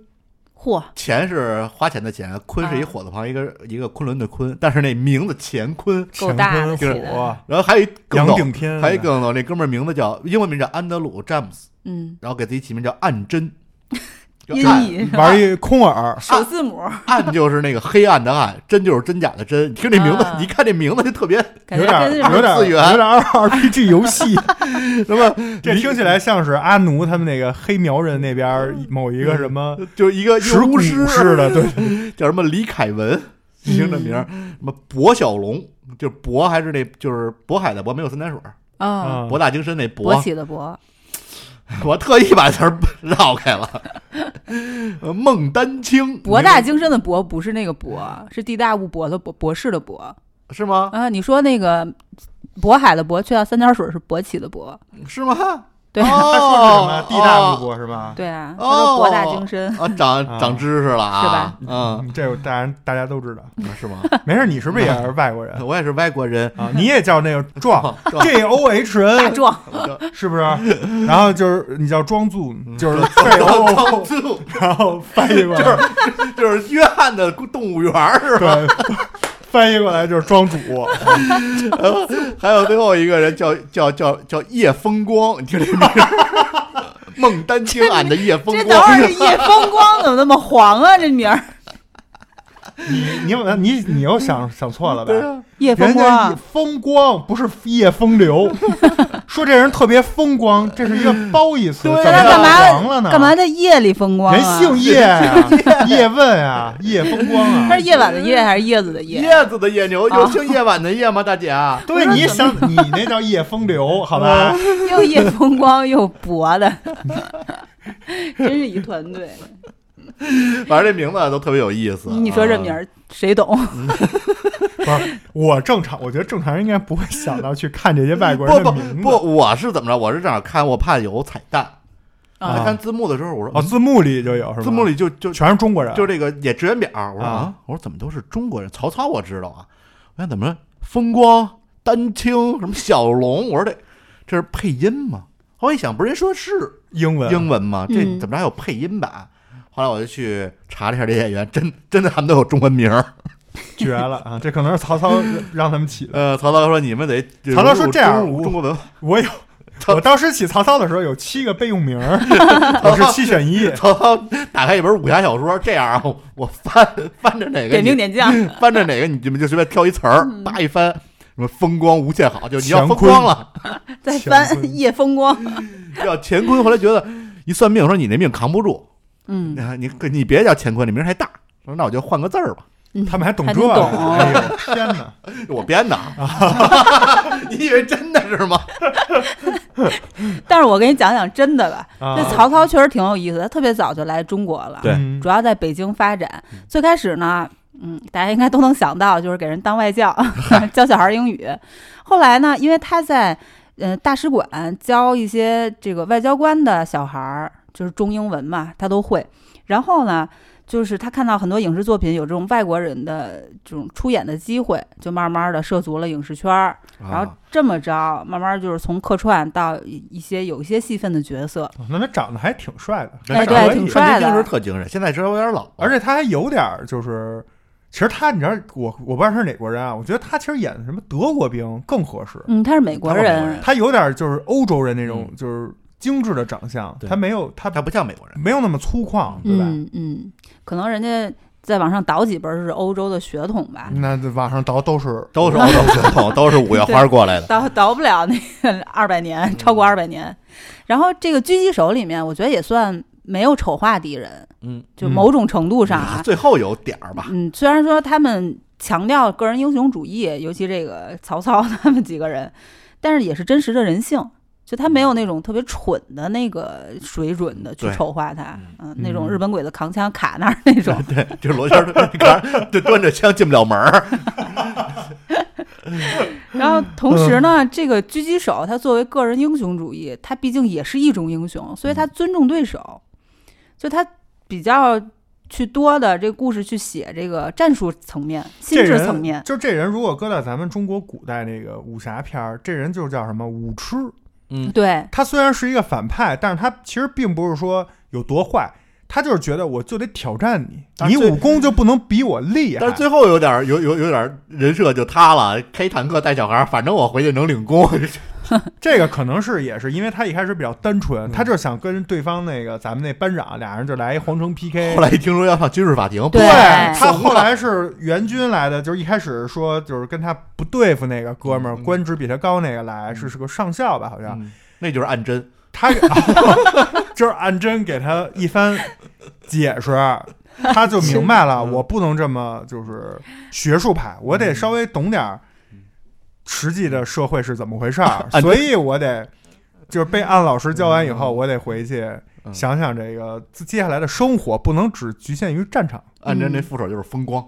嚯，
钱是花钱的钱，坤是一
啊
火字旁一个一个昆仑的坤，但是那名字乾坤。
够
乾
大
坤
的起的
虎、
然后还有一更
杨
逗，
顶天，
还有一更逗，那哥们儿名字叫英文名叫安德鲁詹姆斯，
嗯，
然后给自己起名叫暗真， 就
音
暗
译是 吧
玩一空耳，
首字母，
暗就是那个黑暗的暗，真就是真假的真。你听这名字，
啊
一看这名字就特别
感
有
觉
点
跟
有点
次元
有点 RPG 游戏，
什么，
这听起来像是阿奴他们那个黑苗人那边某一个什么
就是一个
石
巫
鼓
嗯师啊
似的，嗯对，
叫什么李凯文，你听这名儿，什么博小龙，就是博还是那就是渤海的渤，没有三点水儿，
啊，
嗯
博大精深那
勃
博。
起的勃，
我特意把词儿 绕开了。呃孟丹青，
博大精深的博不是那个博，是地大物博的博，博士的博
是吗？
啊。你说那个渤海的渤去掉三点水是勃起的勃，
是吗？
对
哦
啊，
他说是什么地大物博是吧？
对啊，他
哦
说博大精深，
啊，长长知识了啊，是吧？
嗯，这个当然大家都知道。
嗯，是吗？
没事，你是不是也是外国人
我也是外国人，
啊？你也叫那个 壮 J O H
大
N
壮，
是 不是？然后就是你叫庄祖，就是 J
壮
O，
壮住，
然后翻译过来
就是 就是约翰的动物园儿是吧？
对，翻译过来就是庄 主。
还有最后一个人叫叫叫叫叶风光，你听这名儿，孟丹青俺的叶风
这等会
光
儿，这叶风光怎么那么黄啊？这名 儿
你你你你又想想错了吧？
对啊，
叶风
人家
光
一，风光不是夜风 流，说这人特别风光，这是一个褒义词，
对
怎么
啊
就
干
黄了
嘛
呢？
干嘛在夜里风光啊？
人姓叶呀、 叶问啊，叶风光啊
他。是夜晚的夜还是叶子的叶？
叶子的叶牛，
啊
有姓叶晚的叶吗？大姐啊，
对，你想你那叫叶风 流，好吧？
又夜风光又博的， 真是一团队。
反正这名字都特别有意思。
你说这名
啊，
儿谁懂？
不是，我正常，我觉得正常人应该不会想到去看这些外国
不
人
不
的名字。
不，我是怎么着？我是正好看，我怕有彩蛋。
啊
我看字幕的时候，我说嗯
哦，字幕里就有是吧？
字幕里就就
全是中国人，
就这个演职员表，我说
啊
啊，我说怎么都是中国人？曹操我知道啊，我想怎么着风光、丹青什么小龙，我说这这是配音吗？后来一想，不是人说是
英文。
英文吗？这
嗯
怎么着还有配音版？后来我就去查了一下这些演员，真真的他们都有中文名儿。
绝 了啊！这可能是曹操让让他们起的。
呃，曹操说你们得
曹操说这样
融入中国文化。
我有，
曹
我当时起曹操的时候有七个备用名 儿，我是七选一。
曹操打开一本武侠小说，这样 啊，我我翻翻着哪个
点嗯
你
兵点将，
翻着哪个你们就随便挑一词儿，叭一翻，什么风光无限好，就你要
乾
风
坤
光了。
再
乾坤
翻夜风光。
叫乾坤，后来觉得一算命说你那命扛不住，
嗯，
你你你别叫乾坤，你名儿太大，说那我就换个字儿吧，
他们还懂
还
这
真
个？
懂
哎呦天 哪！
我编的。 你以为真的是吗？
但是我给你讲讲真的吧，
啊
这曹操确实挺有意思的，他特别早就来中国了，
对
嗯
主要在北京发展。最开始呢，嗯，大家应该都能想到，就是给人当外 教， 教小孩英语。后来呢，因为他在呃大使馆教一些这个外交官的小孩儿，就是中英文嘛，他都会。然后呢，就是他看到很多影视作品有这种外国人的这种出演的机会，就慢慢的涉足了影视圈儿。然后
啊
这么着，慢慢就是从客串到一一些有一些戏份的角色。
哦那他长得还挺帅的，
哎
对
可以
挺
帅的
年轻时候特精神，现在稍微有点老，
而且他还有点儿就是，其实他你知道我我不知道他是哪国人啊，我觉得他其实演的什么德国兵更合适，
嗯，他是美国
他是美国
人
人，
他有点儿就是欧洲人那种就是精致的长相，
嗯对
他没有他
他不像美国人。
没有那么粗犷，对吧？
嗯嗯，可能人家再往上倒几本是欧洲的血统吧，
那网上倒都是
都是 欧洲血统，都是五月花过来的。
倒倒不了那个 二百年，超过二百年。然后这个狙击手里面，我觉得也算没有丑化敌人，
嗯，
就某种程度上
啊
啊，
最后有点儿吧，
嗯，虽然说他们强调个人英雄主义，尤其这个曹操 他们几个人，但是也是真实的人性。就他没有那种特别蠢的那个水准的去
对
丑化他，嗯、那种
嗯
日本鬼子扛枪卡那儿那种，
对，就是罗圈，你看，就端着枪进不了门儿。
然后同时
嗯
呢，这个狙击手他作为个人英雄主义，他毕竟也是一种英雄，所以
嗯
他尊重对手，就他比较去多的这个故事去写这个战术层面、心
这
智
人
层面。
就这人如果搁到咱们中国古代那个武侠片儿，这人就叫什么武痴。
嗯，
对，
他虽然是一个反派，但是他其实并不是说有多坏，他就是觉得我就得挑战你，
但
你
是最
武功就不能比我厉害。
啊但是最后有点儿有有有点儿人设就塌了，开坦克带小孩儿，反正我回去能领功。
这个可能是也是因为他一开始比较单
嗯
纯，他就是想跟对方那个咱们那班长俩人就来一皇城 PK
后。来一听说要上军事法庭，
对
他后来是援军来的，就是一开始说就是跟他不对付那个哥们儿，
嗯嗯
官职比他高那个来是是个上校吧，好像
嗯那就是按真。
他给 就是按真给他一番解释，他就明白了，
嗯
我不能这么就是学术派，我得稍微懂点儿实际的社会是怎么回事儿，
真
所以我得就是被按老师教完以后，我得回去
嗯
想想这个自接下来的生活，不能只局限于战场。
按真那副手就是风光，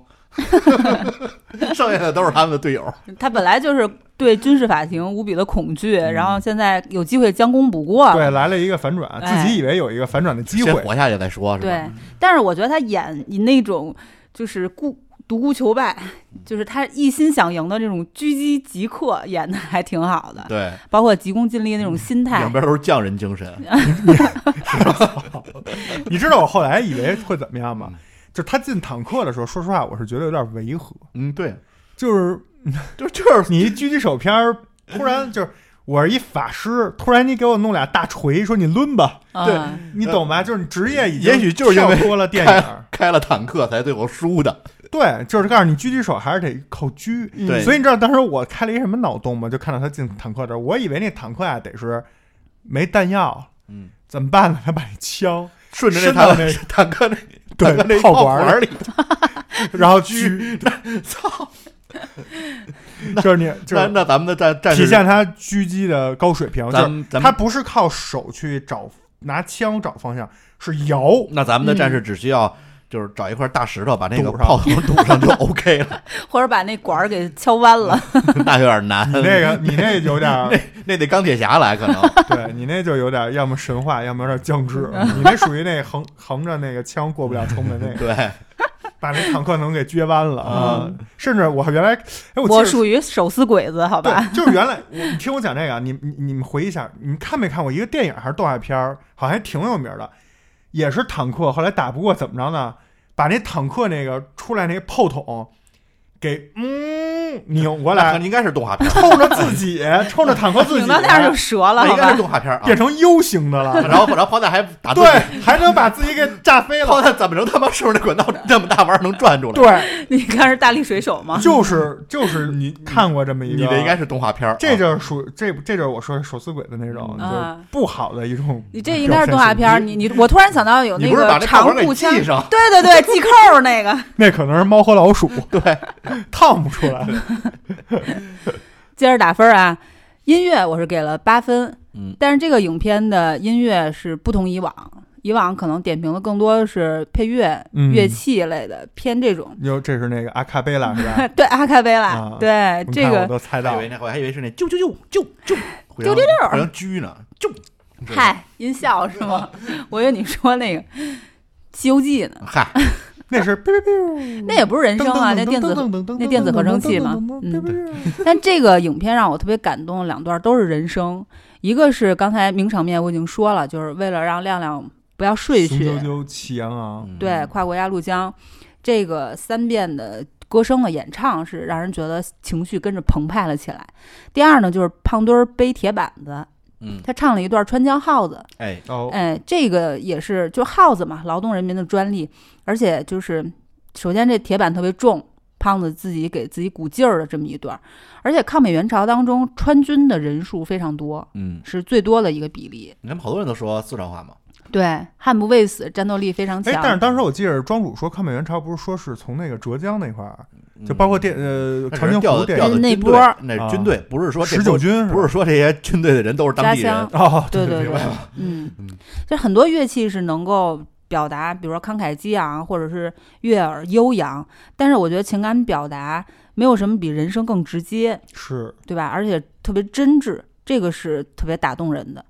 剩下的都是他们的队友。
他本来就是对军事法庭无比的恐惧，然后现在有机会将功补过。
嗯对，来了一个反转，
哎
自己以为有一个反转的机
啊先
会，
活下去再说，是吧？
对，但是我觉得他演那种就是孤独孤求败，就是他一心想赢的这种狙击即刻，演的还挺好的，
对，
包括急功近利那种心态
嗯两。边都是匠人精神。
你知道我后来以为会怎么样吗
嗯？
就是他进坦克的时候，说实话，我是觉得有点违和，
嗯，对，
就是
就 就是
你一狙击手片儿，突然就是我是一法师，突然你给我弄俩大锤，说你抡吧，
对
嗯，
你懂吧？就是你职业已经
也许就是因为
跳脱了电影，
开了坦克才最后输的。
对，就是告诉你狙击手还是得靠狙。
嗯
对
所以你知道当时我开了一什么脑洞吗？就看到他进坦克这儿，我以为那坦克啊得是没弹药，
嗯，
怎么办呢？他把那枪
顺着那
伸到
坦
那
坦克那
对
坦克那
炮管
管
儿
儿里，
然后狙，
操！
就是你就
那
是
那咱们的战战
体
士，
现他狙击的高水平，就
咱
是
们咱
他
们
不是靠手去找拿枪找方向，是摇。
那咱们的战士只需要就是找一块大石头把那个
嗯堵上
炮筒堵上就 OK 了，
或者把那管儿给敲弯了，
那有点难。
你那 个，你那有点儿，
嗯那得钢铁侠来 可能。
对你那就有点儿，要么神 话，要么有点儿降智。你那属于那横横着那个枪过不了城门那 个，
对，
把那坦克能给撅弯了
嗯
啊！甚至我原来，哎，我
我
记得
属于手撕鬼子，好吧？
对，就是原来我你听我讲这个啊，你你你们回忆一下，你们看没看过一个电影还是动画片儿，好像还挺有名儿的，也是坦克，后来打不过怎么着呢？把那坦克那个出来那个炮筒给嗯咚拧过
那可
来
能，应该是动 画片儿，
冲着自己，冲着坦克自己，哎
拧到那儿就折了，啊好
那应 该
吧
是？动画片儿啊。
变成 U 型的 了。
然后，然后炮弹还打自己，
对，还能把自己给炸飞了。
炮弹怎么能他妈顺着那管道那么大玩意儿能转出来？
对，
你看是大力水手吗？
就是就是你看过这么一个，
你的应该是动画片儿，
这
啊
就是属这这就是我说的手撕鬼的那种，
嗯
就不好的一种。
你这应该是动画片儿，你你我突然想到有
你
那
不是把
个
那炮
长
管给
步枪，
系上？
对对对，系扣儿那个。
那可能是猫和老鼠， 对，烫不出 来。
接着打分啊，音乐我是给了八分，
嗯
但是这个影片的音乐是不同以往，以往可能点评的更多是配乐、
嗯
乐器类的，偏这种。
哟，这是那个阿卡贝拉是 吧？
对阿卡贝拉，
啊
对
你
这
看我
个
都猜
还
到
以为
了。
那我还以为是那啾啾啾啾啾，
啾啾啾
好像狙呢，啾。
嗨音效是 吗？我以为你说那个《西游记》呢，
嗨，
那是 biu biu biu，
那也不是人声啊，那
噔
电子
噔噔噔噔噔噔噔噔噔噔噔噔噔
那电子合成器嘛嗯
，biu biu biu
但这个影片让我特别感动的两段都是人声，一个是刚才名场面我已经说了，就是为了让亮亮不要睡
雄
去，
赳赳气昂昂，
嗯
对，跨过鸭绿江，这个三遍的歌声的演唱是让人觉得情绪跟着澎湃了起来。第二呢，就是胖墩儿背铁板子，
嗯，
他唱了一段《穿江号子》，
哎，
哦，
哎，这个也是就耗子嘛，劳动人民的专利，而且就是首先这铁板特别重，胖子自己给自己鼓劲儿的这么一段儿，而且抗美援朝当中川军的人数非常多，
嗯，
是最多的一个比例。
你看好多人都说四川话嘛，
对，悍不畏死，战斗力非常
哎
强。，
但是当时我记得庄主说抗美援朝不是说是从那个浙江那块儿，
嗯
就包括电呃
那只
长
是
津
调
湖
的
电
调的
影
那
军队
波儿
那
啊
军队不是说
十
这
九
波
军
不是说这些军队的人都是当地
家乡，
人
哦，
对
对
对对，嗯，就很多乐器是能够表达，比如说慷慨激昂，或者是悦耳悠扬。但是我觉得情感表达没有什么比人声更直接，
是
对吧？而且特别真挚，这个是特别打动人的。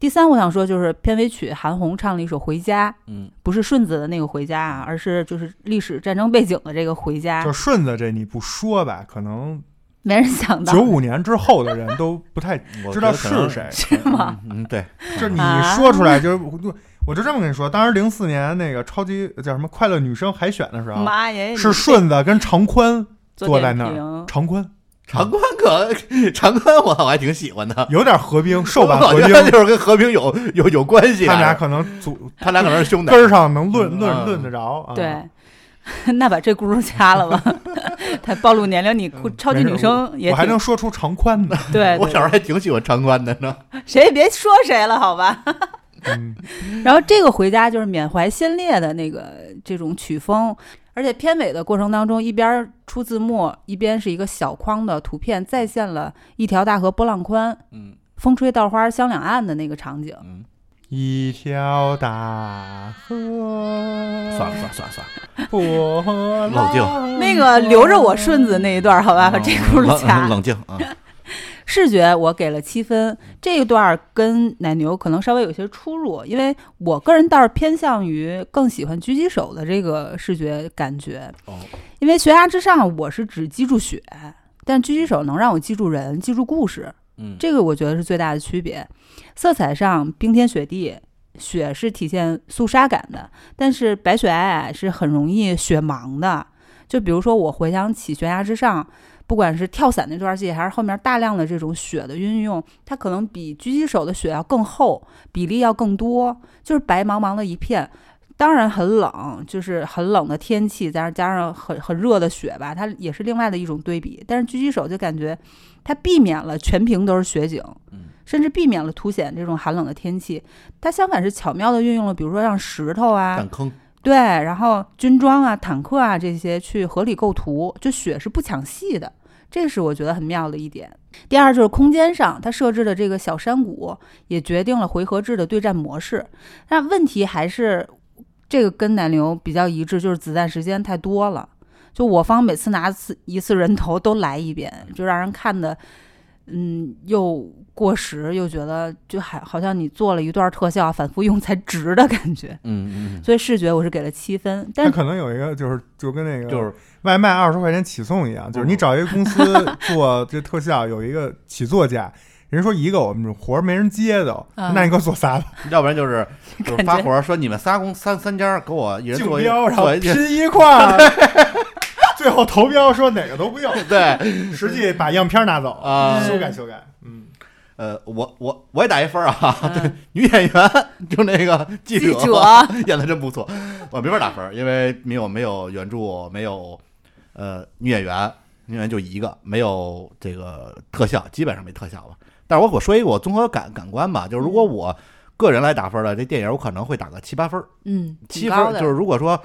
第三，我想说就是片尾曲，韩红唱了一首《回家》，
嗯，
不是顺子的那个《回家》啊，而是就是历史战争背景的这个《回家
就》，顺子这你不说吧，可能
没人想到
九。五年之后的人都不太
我
知
觉
道
得
是谁，
是
可能。
吗？
嗯，嗯对，
就是你
啊
说出来就是我就我就这么跟你说，当时零四年那个超级叫什么快乐女声海选的时候，
妈耶！
是顺子跟常宽，坐在那儿
儿，
常宽
长官可长官我我还挺喜欢的，
有点合并，瘦版
我
合
老觉
并，
得就是跟和平有有有关系
他
啊，
们俩可能组
他俩可能是兄弟
根，儿上能论
嗯
论
嗯
论得着啊。
对， 那把这轱辘掐了吧， 太暴露年龄。你哭超级
嗯没事
女生也
我还
挺
能说出常宽呢。
对，
我
对
小时候还挺喜欢长官的呢。
谁也别说谁了，好吧？
嗯，
然后这个回家就是缅怀先烈的那个这种曲风，而且片尾的过程当中，一边出字幕，一边是一个小框的图片，再现了一条大河波浪宽，
嗯
风吹稻花香两岸的那个场景。
嗯，
一条大河，
算了算了算了算了，
波浪
冷
嗯
那个留着我顺子那一段，好吧，把这轱 辘掐
冷冷静 啊，
视觉我给了七分，这一段儿跟奶牛可能稍微有些出入，因为我个人倒是偏向于更喜欢狙击手的这个视觉感觉，
哦，
因为悬崖之上我是只记住雪，但狙击手能让我记住人、记住故事，
嗯，
这个我觉得是最大的区别。色彩上冰天雪地，雪是体现肃杀感的，但是白雪皑皑是很容易雪盲的。就比如说我回想起悬崖之上，不管是跳伞那段戏，还是后面大量的这种雪的运用，它可能比狙击手的雪要更厚，比例要更多，就是白茫茫的一片。当然很冷，就是很冷的天气，再加上很很热的雪吧，它也是另外的一种对比。但是狙击手就感觉它避免了全屏都是雪景
嗯，
甚至避免了凸显这种寒冷的天气。它相反是巧妙的运用了，比如说像石头啊
弹，坑，
对，然后军装啊、坦克啊这些去合理构图，就雪是不抢戏的。这是我觉得很妙的一点。第二就是空间上，它设置的这个小山谷也决定了回合制的对战模式。但问题还是这个跟奶牛比较一致，就是子弹时间太多了。就我方每次拿次一次人头都来一遍，就让人看的，嗯，又过时，又觉得就还好像你做了一段特效反复用才值的感觉。
嗯嗯
所以视觉我是给了七分，但
他
是
可能有一个就是就跟那个
嗯，就是
外卖二十块钱起送一样，就是
嗯
你找一个公 司做这特效，有一个起作价，人说一个我们活儿没人接都，
嗯
那你给我做仨吧，
要不然就是就是
感
发
觉
活儿说你们仨公三三家儿给我一人
竞
做一
标然后
做一
拼一块儿，啊最后投标说哪个都 不要，
对，
实际把样片拿走
啊
修改修改，嗯，
呃，我我我也打一分儿啊，
嗯
对，女演员就那个记
记
者
者
演的真不错，我没法打分儿，因为没有没有原著，没有呃女演员，女演员就一个，没有这个特效，基本上没特效吧。但是我我说一个我综合感感官吧，就是如
嗯
果我个人来打分儿的，这电影我可能会打个七八分儿，
嗯，
七
挺
分
高
儿
的
就是如果说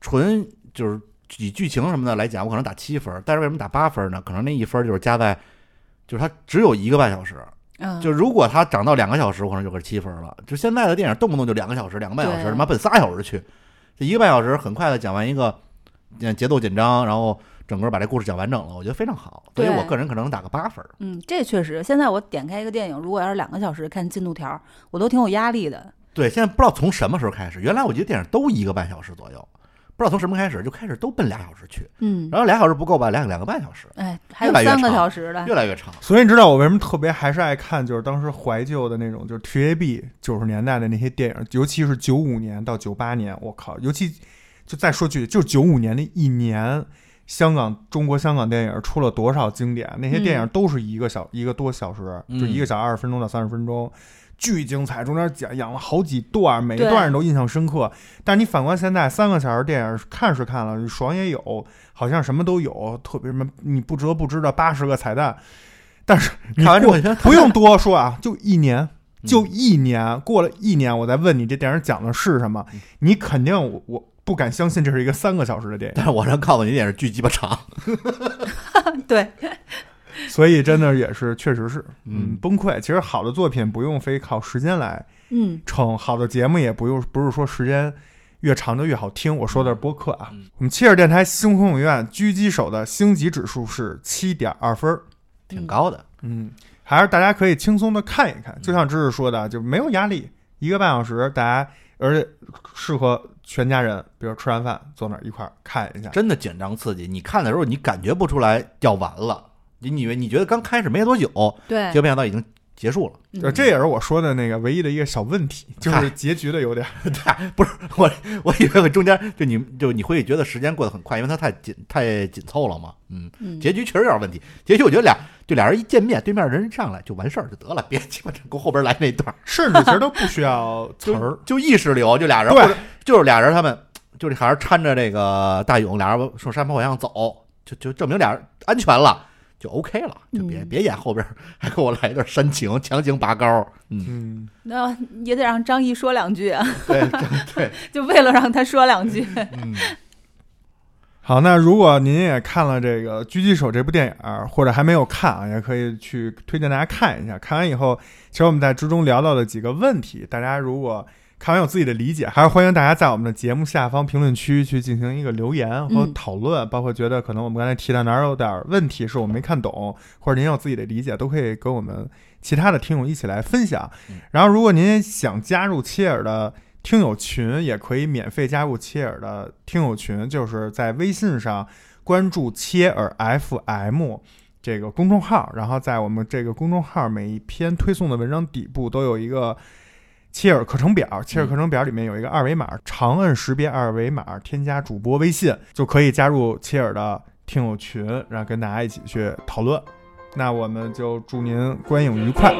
纯就是以剧情什么的来讲，我可能打七分儿，但是为什么打八分儿呢？可能那一分儿就是加在就是它只有一个半小时。
嗯，
就如果它涨到两个小时，我可能就给七分了。就现在的电影动不动就两个小时、两个半小时，
对
他妈奔仨小时去，这一个半小时很快的讲完一个，嗯，节奏紧张，然后整个把这故事讲完整了，我觉得非常好。所以
对
我个人可能打个八分。
嗯，这确实。现在我点开一个电影，如果要是两个小时看进度条，我都挺有压力的。
对，现在不知道从什么时候开始，原来我觉得电影都一个半小时左右，不知道从什么开始就开始都奔俩小时去，
嗯，
然后俩小时不够吧，两两个半小时，
哎，还
越
有
来越
三个
长
小时的
嗯
越，来越 长。
所以你知道我为什么特别还是爱看，就是当时怀旧的那种，就是 TVB 九十年代的那些电影，尤其是九五年到九八年，我靠，尤其就再说句，就九五年那一年，香港中国香港电影出了多少经典？那些电影都是一个小、一个多小时，
嗯
就一个小时二十分钟到三十分钟。巨精彩，中间讲养了好几段，每一
对
段你都印象深刻。但是你反观现在，三个小时电影看是看了，爽也有，好像什么都有，特别什么你不得不知道八十个彩蛋，但 是你
看完之后
过
嗯我觉得
不用多说啊，就一年，就一年，过了一年，我再问你这电影讲的是什么
嗯，
你肯定我我不敢相信这是一个三个小时的电
但是我能告诉你，电影巨鸡巴长。
对，
影，所以真的也是确实是，
嗯
崩溃。其实好的作品不用非靠时间来
嗯，
撑，好的节目也不用不是说时间。越长的越好听，我说的是播客啊。
嗯
我们切尔电台星空影院狙击手的星级指数是七点二分儿，
挺高的，
嗯，还是大家可以轻松的看一看，就像知识说的，就没有压力，一个半小时，大家而且适合全家人，比如吃完饭坐那儿一块儿看一下。
真的紧张刺激。你看的时候，你感觉不出来要完了，你你以为你觉得刚开始没多久，
对
哎
结果没想到已经结束了。
呃，这也是我说的那个唯一的一个小问题，就是
嗨
结局的有点儿。
不是我，我以为我中间就你就你会觉得时间过得很快，因为它太紧太紧凑了嘛。嗯，
嗯
结局确实有点问题。结局我觉得俩就俩人一见面，对面人上来就完事儿就得了，别鸡巴跟后边来那段儿
甚至其实都不需要词
就
儿，
就意识流，就俩人
对
或者就是俩人他们就是还是搀着这个大勇，俩人从山坡往上走，就就证明俩人安全了。就 OK 了，就别、
嗯
别演后边儿还给我来一段煽情，强行拔高，嗯，
嗯，
那也得让张译说两句啊，
对对，
就为了让他说两句。
嗯，
好，那如果您也看了这个《狙击手》这部电影儿，或者还没有看啊，也可以去推荐大家看一下。看完以后，其实我们在之中聊到的几个问题，大家如果看完有自己的理解，还是欢迎大家在我们的节目下方评论区去进行一个留言和
嗯
讨论，包括觉得可能我们刚才提到哪儿有点儿问题是我们没看懂，或者您有自己的理解，都可以跟我们其他的听友一起来分享
嗯。
然后，如果您也想加入切尔的听友群，也可以免费加入切尔的听友群，就是在微信上关注切尔 FM 这个公众号，然后在我们这个公众号每一篇推送的文章底部都有一个。切尔课程表，切尔课程表里面有一个二维码，长按识别二维码，添加主播微信就可以加入切尔的听友群，然后跟大家一起去讨论。那我们就祝您观影愉快，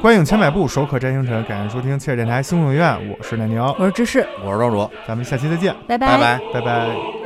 观影千百步，手可摘星辰。感谢收听切尔电台星空影院，我是奶牛，
我是芝士，
我是庄主，
咱们下期再见，
拜
拜拜。
拜拜。